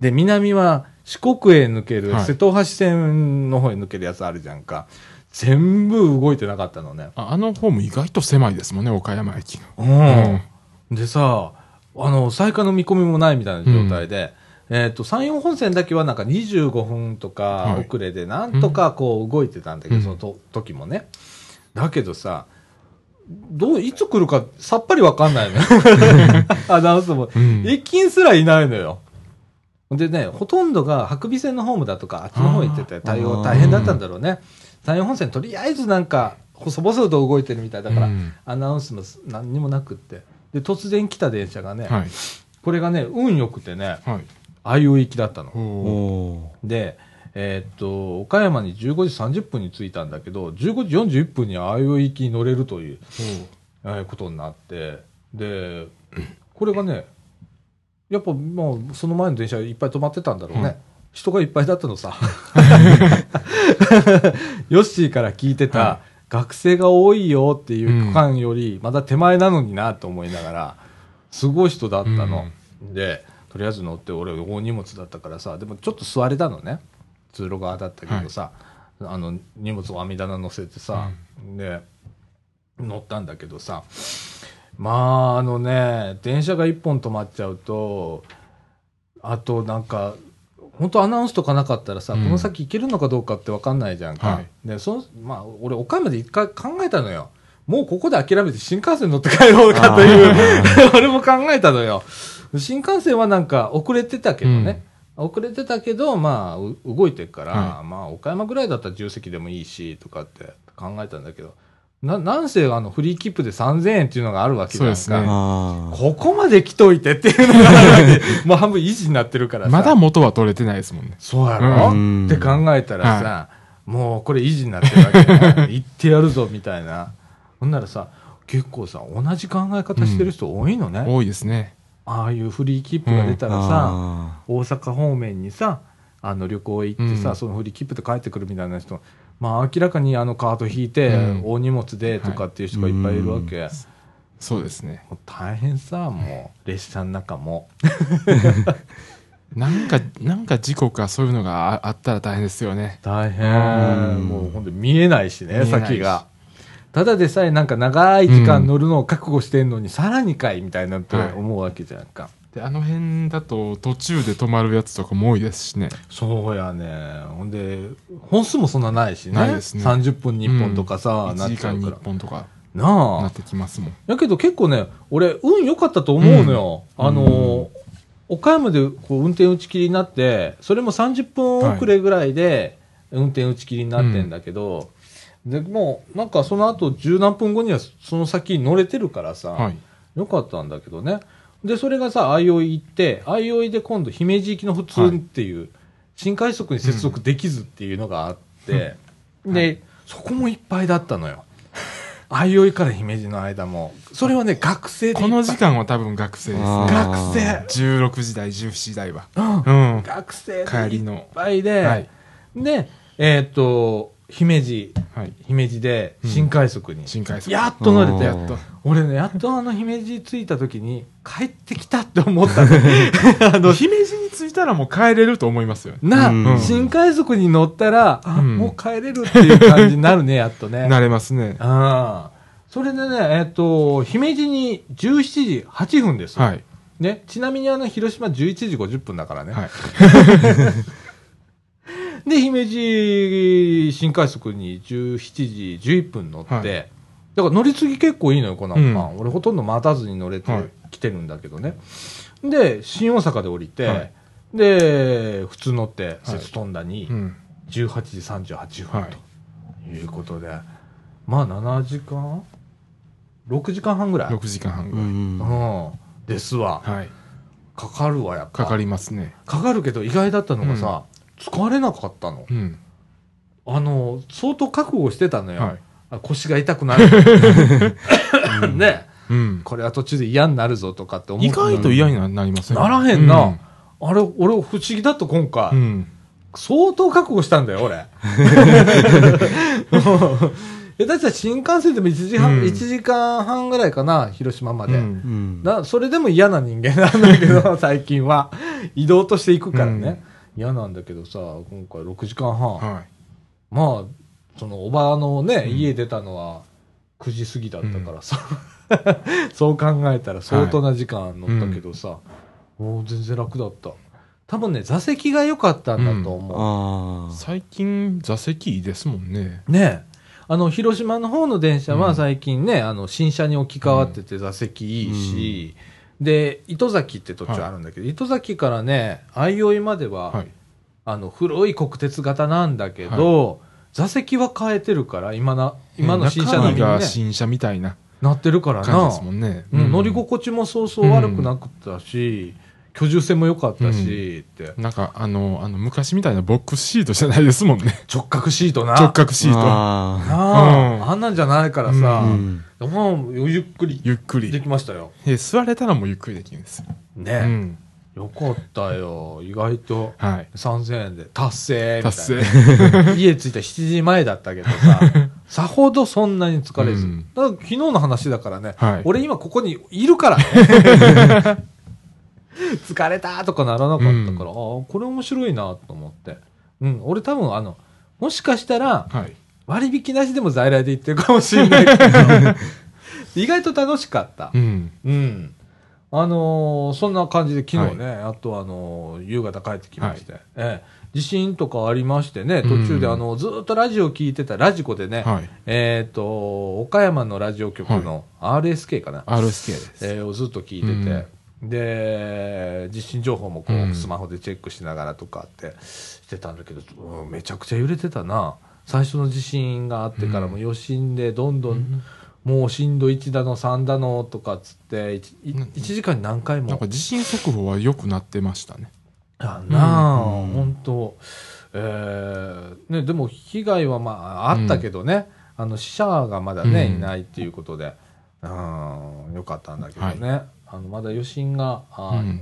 Speaker 1: で南は四国へ抜ける、
Speaker 3: はい
Speaker 1: 瀬戸大橋線の方へ抜けるやつあるじゃんか全部動いてなかったのね、
Speaker 3: ああのホーム意外と狭いですもんね、岡山駅が。
Speaker 1: うんでさあの再開の見込みもないみたいな状態で、えー、と山陽本線だけはなんか25分とか
Speaker 3: はい
Speaker 1: 遅れでなんとかこう動いてたんだけど、
Speaker 3: うん
Speaker 1: そのと時もねだけどさどういつ来るかさっぱりわかん ないのよアナウンスも
Speaker 3: うん。
Speaker 1: 一勤すらいないのよ。でね、ほとんどが白尾線のホームだとか、あっちの方行ってて、対応大変だったんだろうね。山陽本線、とりあえずなんか、細々と動いてるみたいだから、
Speaker 3: うん
Speaker 1: アナウンスも何にもなくって。で、突然来た電車がね、
Speaker 3: はい。
Speaker 1: これがね、運良くてね、
Speaker 3: はい。
Speaker 1: IO 行きだったの。
Speaker 2: お
Speaker 3: おー
Speaker 2: お
Speaker 1: で、えーっと、岡山に15時30分に着いたんだけど、15時41分に IO 行きに乗れるという。えーことになってでこれがねやっぱまあその前の電車いっぱい止まってたんだろうね、
Speaker 3: うん
Speaker 1: 人がいっぱいだったのさ ヨッシーから聞いてた、
Speaker 3: は
Speaker 1: 学生が多いよっていう区間よりまだ手前なのになと思いながらすごい人だったの、でとりあえず乗って俺大荷物だったからさでもちょっと座れたのね通路側だったけどさ、あの荷物を網棚乗せてさ、で乗ったんだけどさまああのね電車が1本止まっちゃうとあとなんか本当アナウンスとかなかったらさ、
Speaker 3: うん
Speaker 1: この先行けるのかどうかって分かんないじゃんか、
Speaker 3: はい
Speaker 1: でそのまあ俺岡山で一回考えたのよもうここで諦めて新幹線乗って帰ろうかという 俺も考えたのよ新幹線はなんか遅れてたけどね、遅れてたけど、まあ、う動いてるから、
Speaker 3: は
Speaker 1: まあ、岡山ぐらいだったら重積でもいいし、とかって考えたんだけど、な、なんせあの、フリーキップで3000円っていうのがあるわけじゃないです
Speaker 3: そう
Speaker 1: か。
Speaker 3: ですね
Speaker 2: ああ。
Speaker 1: ここまで来といてっていうのがあるわけ、もう半分維持になってるからさ。
Speaker 3: まだ元は取れてないですもんね。
Speaker 1: そうやろ、
Speaker 2: うん
Speaker 1: って考えたらさ、もうこれ維持になってるわけだ行ってやるぞ、みたいな。ほんならさ、結構さ、同じ考え方してる人多いのね。
Speaker 3: 多いですね。
Speaker 1: ああいうフリーキップが出たらさ、
Speaker 2: あ
Speaker 1: 大阪方面にさあの旅行行ってさ、
Speaker 3: うん
Speaker 1: そのフリー切符で帰ってくるみたいな人まあ明らかにあのカート引いて、
Speaker 3: うん
Speaker 1: 大荷物でとかっていう人がいっぱいいるわけ、
Speaker 3: そうですね。
Speaker 1: もう大変さもう列車の中も
Speaker 3: なんか、なんか事故かそういうのがああったら大変ですよね。
Speaker 1: 大変、
Speaker 2: うん
Speaker 1: もうほんと見えないし
Speaker 3: 見え
Speaker 1: ね
Speaker 3: ないし
Speaker 1: 先がただでさえなんか長い時間乗るのを覚悟してんのに、さらにかいみたいなって思うわけじゃんか、
Speaker 3: で、あの辺だと途中で止まるやつとかも多いですしね。
Speaker 1: そうやねほんで本数もそんなないしね
Speaker 3: ないですね
Speaker 1: 30分に1本とかさ、
Speaker 3: 1
Speaker 1: なっ
Speaker 3: 時
Speaker 1: ちゃ
Speaker 3: 間
Speaker 1: う
Speaker 3: に
Speaker 1: から
Speaker 3: 1本とか
Speaker 1: なあ
Speaker 3: なってきますもん。
Speaker 1: だけど結構ね、俺、運良かったと思うのよ。
Speaker 3: うん
Speaker 1: あの、岡山でこう運転打ち切りになって、それも30分遅れぐらいで運転打ち切りになってんだけど、でもうなんかその後十何分後にはその先に乗れてるからさ、
Speaker 3: はい。
Speaker 1: よかったんだけどね。で、それがさ、相生行って、相生で今度姫路行きの普通っていう、新快速に接続できずっていうのがあって、で、そこもいっぱいだったのよ。相生から姫路の間も。それはね、学生でいっぱ
Speaker 3: こ
Speaker 1: い
Speaker 3: の時間は多分学生です
Speaker 2: あ
Speaker 3: ね。
Speaker 1: 学生。
Speaker 3: 16時台、17時台は。
Speaker 1: うん
Speaker 3: うん。
Speaker 1: 学生
Speaker 3: 帰
Speaker 1: で
Speaker 3: り
Speaker 1: いっ
Speaker 3: の。
Speaker 1: ぱいで、
Speaker 3: はい
Speaker 1: で、えーっと、姫路、
Speaker 3: はい
Speaker 1: 姫路で新快速に、
Speaker 3: 新快速
Speaker 1: やっと乗れて
Speaker 2: あー
Speaker 1: やっと俺ねやっとあの姫路着いた時に帰ってきたって思ったのあの
Speaker 3: 姫路に着いたらもう帰れると思いますよね
Speaker 1: な、
Speaker 2: うん
Speaker 1: 新快速に乗ったら、あ
Speaker 3: うん
Speaker 1: もう帰れるっていう感じになるねやっとね
Speaker 3: なれますね
Speaker 1: あそれでねえっと姫路に17時8分ですよ、
Speaker 3: はい
Speaker 1: ね、ちなみにあの広島11時50分だからね、
Speaker 3: はい
Speaker 1: で、姫路新快速に17時11分乗って、
Speaker 3: はい
Speaker 1: だから乗り継ぎ結構いいのよ、この
Speaker 3: うん
Speaker 1: まあ俺ほとんど待たずに乗れて
Speaker 3: はい
Speaker 1: きてるんだけどね。で、新大阪で降りて、
Speaker 3: はい
Speaker 1: で、普通乗って、
Speaker 3: はい
Speaker 1: 節飛んだに、
Speaker 3: うん
Speaker 1: 18時38分
Speaker 3: はい
Speaker 1: ということで、まあ7時間 ?6 時間半ぐらい、
Speaker 3: 6時間半ぐ
Speaker 2: う
Speaker 3: らい
Speaker 2: ん
Speaker 1: うん、ですわ。
Speaker 3: はい
Speaker 1: かかるわ、やっぱ。
Speaker 3: かかりますね
Speaker 1: かかるけど意外だったのがさ、疲れなかったの。
Speaker 3: うん
Speaker 1: あの、相当覚悟してたのよ。
Speaker 3: はい
Speaker 1: あ腰が痛くなる。ね。
Speaker 3: うん
Speaker 1: これは途中で嫌になるぞとかって思う。
Speaker 3: 意外と嫌にななりません
Speaker 1: ならへんな。あれ、俺不思議だと今回、
Speaker 3: うんうん
Speaker 1: 相当覚悟したんだよ、 俺。え、だって新幹線でも1時半、
Speaker 3: うん
Speaker 1: 一時間半ぐらいかな、広島まで。
Speaker 3: うん
Speaker 2: うん
Speaker 1: なそれでも嫌な人間なんだけ ど、最近は。移動として行くからね。嫌なんだけどさ、今回6時間半。
Speaker 3: はい
Speaker 1: まあ、そのおばのね、
Speaker 3: うん
Speaker 1: 家出たのは9時過ぎだったからさ、 そう考えたら相当な時間乗ったけどさ、もう全然楽だった。多分ね、座席が良かったんだと思う。
Speaker 2: ああ
Speaker 3: 最近座席いいですもんね
Speaker 1: ねえあの、広島の方の電車
Speaker 3: う
Speaker 1: は
Speaker 3: ん
Speaker 1: 最近ね、あの、新車に置き換わってて座席いいし、で、糸崎って途中あるんだけど、糸崎からね、相生までは、
Speaker 3: はい
Speaker 1: あの古い国鉄型なんだけど、座席は変えてるから今な今の新車並みに、
Speaker 3: 中
Speaker 1: ね
Speaker 3: 身が、新車みたいな
Speaker 1: なってるから
Speaker 3: 感
Speaker 1: な
Speaker 3: じですもんね
Speaker 1: うん乗り心地もそうそう悪くなかったし、居住性も良かったし、って
Speaker 3: なんかあのあの昔みたいなボックスシートじゃないですもんね
Speaker 1: 直角シートな
Speaker 3: 直角シート
Speaker 2: あ
Speaker 1: なあ,、
Speaker 3: うん
Speaker 1: ん、あんなんじゃないからさ
Speaker 2: あ、
Speaker 3: う
Speaker 2: うん
Speaker 1: もうゆっくり
Speaker 3: ゆっく
Speaker 1: で
Speaker 3: り
Speaker 1: きましたよ
Speaker 3: で座れたらもうゆっくりできるんですよう
Speaker 1: ね、
Speaker 3: ん
Speaker 1: よかったよ意外と
Speaker 3: はい
Speaker 1: 3000円で達成みたいな
Speaker 3: 達成
Speaker 1: 家着いた7時前だったけどさ、さ ほどそんなに疲れず。
Speaker 3: うん
Speaker 1: だから昨日の話だからね、
Speaker 3: はい
Speaker 1: 俺今ここにいる からね。疲れたとかならなかったから、
Speaker 3: うん
Speaker 1: ああ、これ面白いなと思って。うん、俺多分あの、もしかしたら
Speaker 3: はい
Speaker 1: 割引なしでも在来で行ってるかもしれないけ ど、意外と楽しかった
Speaker 3: う。ん
Speaker 1: うん。あのーそんな感じで昨日ね、あとあのー夕方帰ってきまして、ええ、地震とかありましてね、途中で
Speaker 3: うん
Speaker 1: あのずーっとラジオ聞いてたラジコでね、
Speaker 3: はい
Speaker 1: えっ、と、岡山のラジオ局の RSK かな、
Speaker 3: RSK です
Speaker 1: えーをずっと聞いてて、で、地震情報もこ
Speaker 3: う
Speaker 1: うんスマホでチェックしながらとかってしてたんだけど、うんめちゃくちゃ揺れてたな。最初の地震があってからも余震でどんどん、もう震度1だの3だのとかっつって、1時間に何回
Speaker 3: なん
Speaker 1: も
Speaker 3: か地震速報は良くなってましたね
Speaker 1: あなあ、
Speaker 2: うん
Speaker 1: 本当、えーね、でも被害はまああったけどね、あの死者がまだね、
Speaker 3: うん
Speaker 1: いないっていうことで、うん、よかったんだけどね、あのまだ余震が、あー
Speaker 3: うん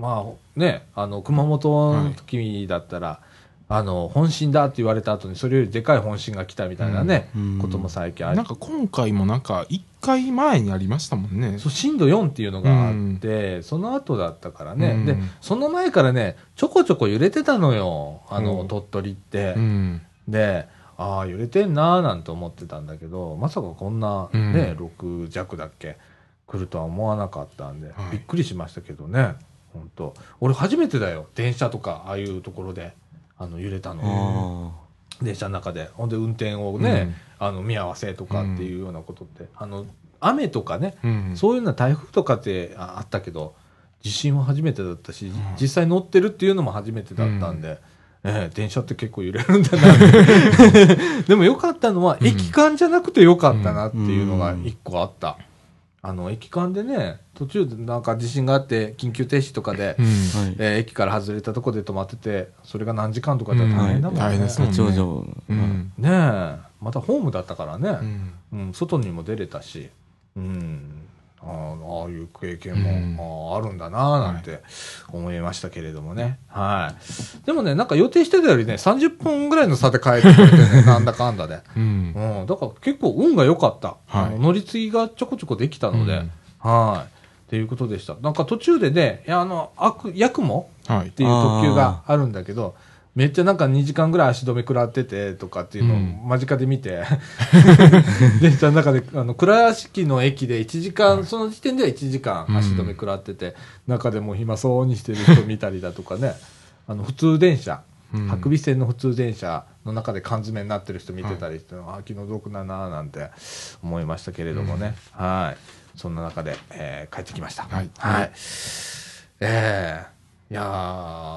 Speaker 1: まあね、あの熊本の時だったら、あの本震だって言われた後にそれよりでかい本震が来たみたいなね、
Speaker 2: うん
Speaker 1: ことも最近あり
Speaker 3: なんか今回もなんか1回前にありましたもんね
Speaker 1: そう震度4っていうのがあって、その後だったからね、
Speaker 3: うん
Speaker 1: でその前からねちょこちょこ揺れてたのよあの、
Speaker 3: うん
Speaker 1: 鳥取って、
Speaker 3: うん
Speaker 1: でああ揺れてんなーなんて思ってたんだけどまさかこんな、
Speaker 3: うん
Speaker 1: ね6弱だっけ来るとは思わなかったんで、
Speaker 3: はい
Speaker 1: びっくりしましたけどね本当俺初めてだよ電車とかああいうところであの揺れたの
Speaker 2: あ
Speaker 1: 電車の中でほんで運転をね、あの見合わせとかっていうようなことって、あの雨とかね
Speaker 3: うん
Speaker 1: そういうのは台風とかってああったけど、地震は初めてだったし、実際乗ってるっていうのも初めてだったんで、ええ電車って結構揺れるんだなって でも良かったのは、
Speaker 3: うん
Speaker 1: 駅間じゃなくて良かったなっていうのが
Speaker 2: うん
Speaker 1: 一個あった。あの、駅間でね、途中でなんか地震があって、緊急停止とかで、
Speaker 3: う
Speaker 2: あ
Speaker 3: ん
Speaker 2: はい
Speaker 1: ええ駅から外れたとこで止まってて、それが何時間とかだったら大変だもんね。
Speaker 3: うん大変ですね
Speaker 2: 長女
Speaker 3: うん
Speaker 1: ねえ、またホームだったからね。
Speaker 3: うん
Speaker 1: うん、外にも出れたし、うん、あーああいう経験も、あーあるんだなーなんて思いましたけれどもね、はい。でもね、なんか予定してたよりね、30分ぐらいの差で帰ってくれて ね、なんだかんだで。
Speaker 3: うん
Speaker 1: うん、だから結構運が良かった、
Speaker 3: はい
Speaker 1: あの乗り継ぎがちょこちょこできたので、
Speaker 3: うん
Speaker 1: はいっていうことでしたなんか途中でねいやあのあくヤクモ
Speaker 3: はい
Speaker 1: っていう特急があるんだけどめっちゃなんか2時間ぐらい足止め食らっててとかっていうのを
Speaker 3: うん
Speaker 1: 間近で見 て、電車の中であの倉敷の駅で1時間、その時点では1時間足止め食らってて、中でもう暇そうにしてる人見たりだとかねあの普通電車
Speaker 3: うん
Speaker 1: 白尾線の普通電車の中で缶詰になってる人見てたりして、ああ気の毒だなあなんて思いましたけれどもね、はいそんな中で、えー帰ってきました
Speaker 3: はい
Speaker 1: えーいや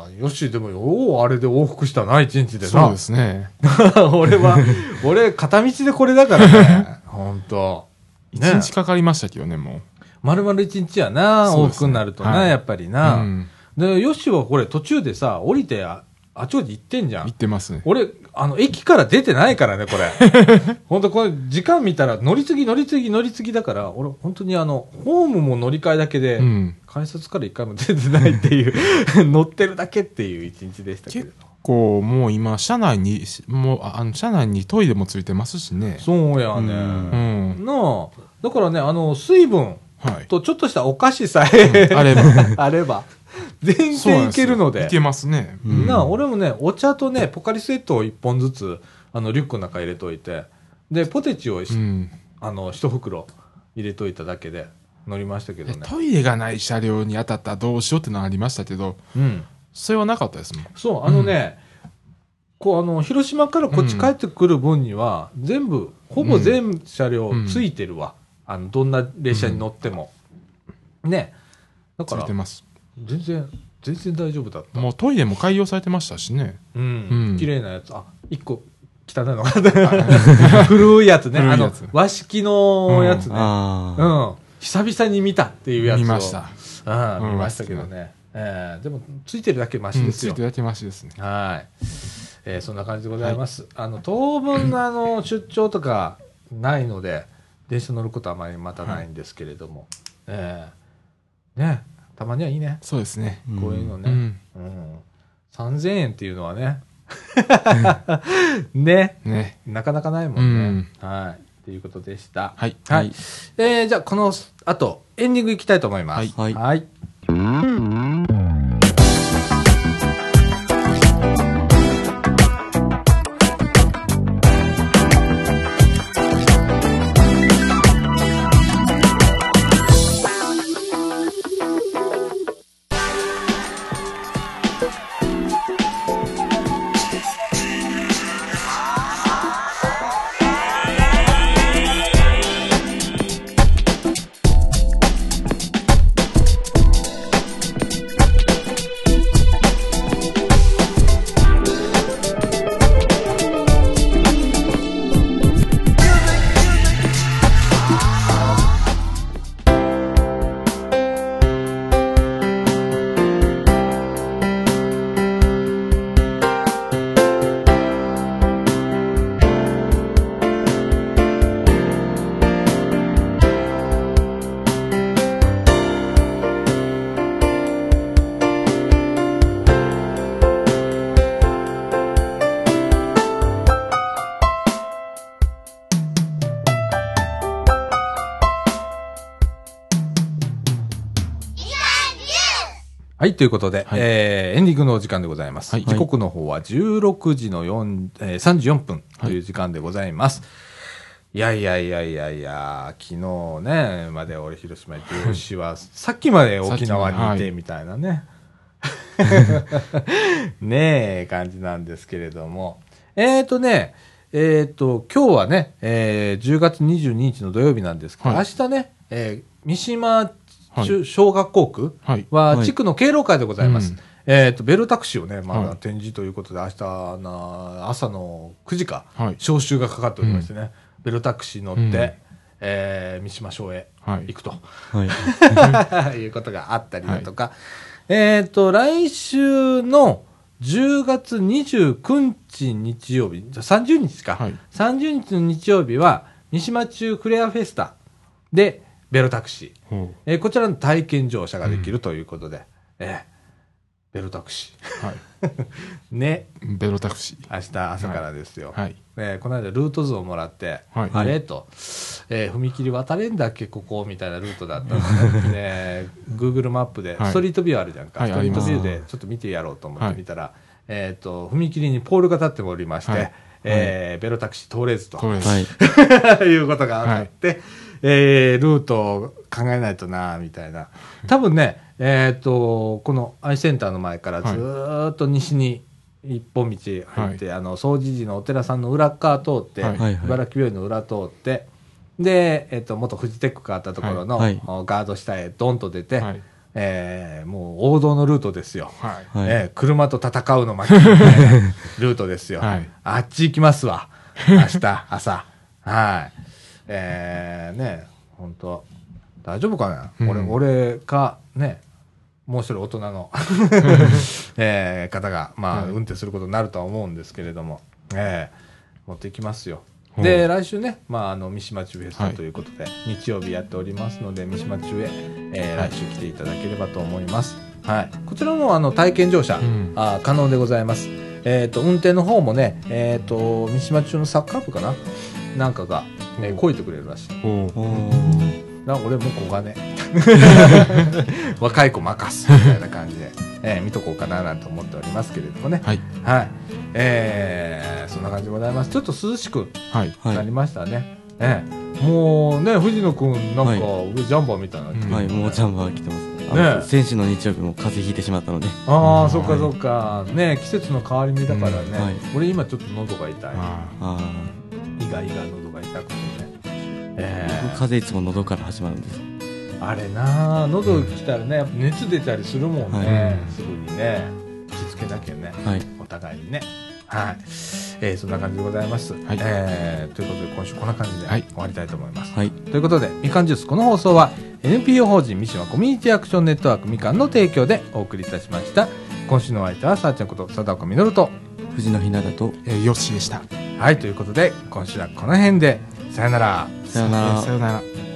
Speaker 1: ーよしでもようあれで往復したな一日でな
Speaker 3: そうですね
Speaker 1: 俺は俺片道でこれだから ね本当
Speaker 3: 一
Speaker 1: ね
Speaker 3: 日かかりましたけどねも
Speaker 1: 丸々一日やな、
Speaker 3: そう
Speaker 1: 往
Speaker 3: ですね
Speaker 1: 復になるとな、
Speaker 3: はい
Speaker 1: やっぱり
Speaker 3: う、う
Speaker 1: な、
Speaker 3: ん、
Speaker 1: でよしはこれ途中でさ降りてああちこち行ってんじゃ
Speaker 3: 行っ
Speaker 1: ん
Speaker 3: てますね
Speaker 1: 俺、あの、駅から出てないからね、これ。 本当これ、時間見たら、乗り継ぎ、乗り継ぎ、乗り継ぎだから、俺、本当にあの、ホームも乗り換えだけで、
Speaker 3: うん
Speaker 1: 改札から一回も出てないっていう、 乗ってるだけっていう一日でしたけれど
Speaker 3: 結。構もう今車内にもうああの車内にトイレもついてますしね
Speaker 1: そうやね。
Speaker 3: うん
Speaker 1: なあ、だからね、あの、水分
Speaker 3: はい
Speaker 1: とちょっとしたお菓子さえ、
Speaker 3: あれ
Speaker 1: あれば、全
Speaker 3: そうなん
Speaker 1: 然い
Speaker 3: です
Speaker 1: け
Speaker 3: よ
Speaker 1: るので。
Speaker 3: いけますね
Speaker 2: うん
Speaker 1: なあ俺もねお茶とねポカリスエットを1本ずつあのリュックの中入れといてでポテチをし、
Speaker 3: うん
Speaker 1: あの一袋入れといただけで乗りましたけど
Speaker 3: え
Speaker 1: ね
Speaker 3: トイレがない車両に当たったらどうしようってのはありましたけど
Speaker 1: うん
Speaker 3: それはなかったですもん
Speaker 1: そうあのね、こうあの広島からこっち帰ってくる分には、全部ほぼ全車両
Speaker 3: うん
Speaker 1: ついてるわ、あのどんな列車に乗っても、ねだ
Speaker 3: つ
Speaker 1: か
Speaker 3: い
Speaker 1: ら
Speaker 3: てます
Speaker 1: 全然全然大丈夫だった
Speaker 3: もうトイレも開用されてましたしね
Speaker 1: うん
Speaker 3: うん
Speaker 1: 綺麗なやつあ一個汚いのが 古いやつね
Speaker 3: 古
Speaker 1: あ
Speaker 3: いや
Speaker 1: の
Speaker 3: つ
Speaker 1: 和式のやつね、
Speaker 2: あ
Speaker 1: う
Speaker 2: あ、
Speaker 1: ん、久々に見たっていうやつを
Speaker 3: 見ました、
Speaker 1: ああ
Speaker 3: うん
Speaker 1: 見ましたけどね、えーでもついてるだけマシ
Speaker 3: う
Speaker 1: で
Speaker 3: ん、
Speaker 1: す
Speaker 3: つい
Speaker 1: よ、
Speaker 3: てだけましですね
Speaker 1: はい、えーそんな感じでございます、あの当分 のあの出張とかないので電車乗ることはあまりまたないんですけれども、えーねたまにはいいね
Speaker 3: そうですね
Speaker 1: こういうの
Speaker 3: う
Speaker 1: ね、
Speaker 3: ん
Speaker 1: うん、3000円っていうのはね ね
Speaker 3: ね
Speaker 1: なかなかないもんね、はいということでした
Speaker 3: はい
Speaker 1: はい、えーじゃあこの後エンディングいきたいと思います
Speaker 2: はい
Speaker 1: はいはい、ということで、
Speaker 3: はい
Speaker 1: えーエンディングのお時間でございます。
Speaker 3: はい
Speaker 1: 時刻の方は16時の4、えー34分
Speaker 3: は
Speaker 1: と
Speaker 3: い
Speaker 1: いう時間でございます。い、やいやいやいやいや、昨日ね、まで俺広島行って、よしは、さっきまで沖縄にいて、みたいな ね。ねえ、感じなんですけれども。えっ、ー、とね、えっ、と、今日はね、えー10月22日の土曜日なんですけど、
Speaker 3: はい
Speaker 1: 明日ね、えー三島中、
Speaker 3: は
Speaker 1: 小学校区
Speaker 3: はい
Speaker 1: は
Speaker 2: はい
Speaker 1: 地区の敬老会でございます。
Speaker 3: うん
Speaker 1: えっと、ベルタクシーをね、ま
Speaker 3: は
Speaker 1: あ、
Speaker 3: い
Speaker 1: 展示ということで、明日の朝の9時か、
Speaker 3: はい
Speaker 1: 招集がかかっておりましてね、ベルタクシー乗って、
Speaker 3: うん
Speaker 1: えー三島省へ
Speaker 3: はい
Speaker 1: 行くと、
Speaker 2: はい。
Speaker 1: い、うことがあったりだとか、えっと、来週の10月29日日曜日、じゃあ30日か、
Speaker 3: はい
Speaker 1: 30日の日曜日は、三島中クレアフェスタで、ベロタクシー。
Speaker 3: ほ
Speaker 1: えーこちらの体験乗車ができるということで、えーベ ロタクシ
Speaker 3: うはい。
Speaker 1: ー。ね、
Speaker 3: ベロタクシー。
Speaker 1: 明日朝からですよ。
Speaker 3: はい。
Speaker 1: えーこの間ルート図をもらって、
Speaker 3: はい。
Speaker 1: あれと、えー踏切渡れんだっけ、ここみたいなルートだった ので、ね、Google マップで、
Speaker 3: はい
Speaker 1: ストリートビューあるじゃんか、
Speaker 3: はい
Speaker 1: ストリートビュー
Speaker 3: あり
Speaker 1: で
Speaker 3: ま
Speaker 1: ちょっと見てやろうと思って見たら、えっ、と、踏切にポールが立っておりまして、
Speaker 3: はい
Speaker 1: えーベロタクシー通れずと。
Speaker 3: これです。
Speaker 2: はい。
Speaker 1: いうことが分かって、えールートを考えないとな、みたいな。多分ね、えっ、と、このアイセンターの前からずーっと西に一本道入って、あの、総持寺のお寺さんの裏っ側通って、
Speaker 3: はい
Speaker 2: はい
Speaker 1: 茨城病院の裏通って、で、えっ、と、元フジテックがあったところの、
Speaker 2: はい
Speaker 1: ガード下へドンと出て、
Speaker 3: はい
Speaker 1: えーもう王道のルートですよ。
Speaker 3: はい。
Speaker 2: はい
Speaker 1: えー車と戦うの 巻き、えールートですよ、
Speaker 3: はい
Speaker 1: あっち行きますわ。明日、 朝。はい。えー、ね、本当大丈夫かな、
Speaker 3: うん
Speaker 1: 俺、俺か、ね、もう一人大人 の、えー方が、まあ、
Speaker 3: はい
Speaker 1: 運転することになるとは思うんですけれども、えー持っていきますよ。
Speaker 3: うん
Speaker 1: で、来週ね、まあ、あの、三島中へさんということで、日曜日やっておりますので、三島中へ、えー来週来ていただければと思います。はい。こちらも、あの、体験乗車、
Speaker 3: うん
Speaker 1: あー可能でございます。えっ、と、運転の方もね、えっ、と、三島中のサッカー部かななんかが、えー、
Speaker 3: うん
Speaker 1: こいてくれるらしい。
Speaker 3: ほう。
Speaker 2: おー
Speaker 1: な俺もう小 金若い子任すみたいな感じで、えー見とこうかななんて思っておりますけれどもね
Speaker 3: はい。
Speaker 1: はい、えーそんな感じでございますちょっと涼しく
Speaker 3: はい。
Speaker 2: は
Speaker 1: なり
Speaker 2: い。
Speaker 1: ましたね、ええもうね藤野君なんか、
Speaker 2: はい
Speaker 1: 俺ジャンバーみたいなの着てるね、
Speaker 2: はい、もうジャンバー来てます。あの
Speaker 1: ねえ
Speaker 2: 先週の日曜日も風邪ひいてしまったので。
Speaker 1: あ
Speaker 3: う
Speaker 1: あ
Speaker 3: ん
Speaker 1: そっかそっかね季節の変わり目だからね、
Speaker 2: うんはい
Speaker 1: 俺今ちょっと喉が痛い
Speaker 3: あ
Speaker 2: あ
Speaker 1: 意外が喉が痛くてね
Speaker 2: あ、
Speaker 1: ええ
Speaker 2: 僕風邪いつも喉から始まるんです。
Speaker 1: あれなあ喉来たらねやっぱ熱出たりするもんね、
Speaker 3: はい
Speaker 1: すぐにね気付けなきゃね
Speaker 2: はい。
Speaker 1: お互いにねはい、えーそんな感じでございます、
Speaker 3: はい
Speaker 1: えーということで今週こんな感じで
Speaker 3: はい
Speaker 1: 終わりたいと思います、
Speaker 2: はい。
Speaker 1: ということでみかんジュースこの放送は NPO 法人三島コミュニティアクションネットワークみかんの提供でお送りいたしました今週のお相手はさあちゃんこと貞子稔と
Speaker 2: 藤野ひなだと、
Speaker 3: ーえー、よしでした。
Speaker 1: はいということで今週はこの辺でさよなら
Speaker 2: さよなら
Speaker 3: さ。よなら。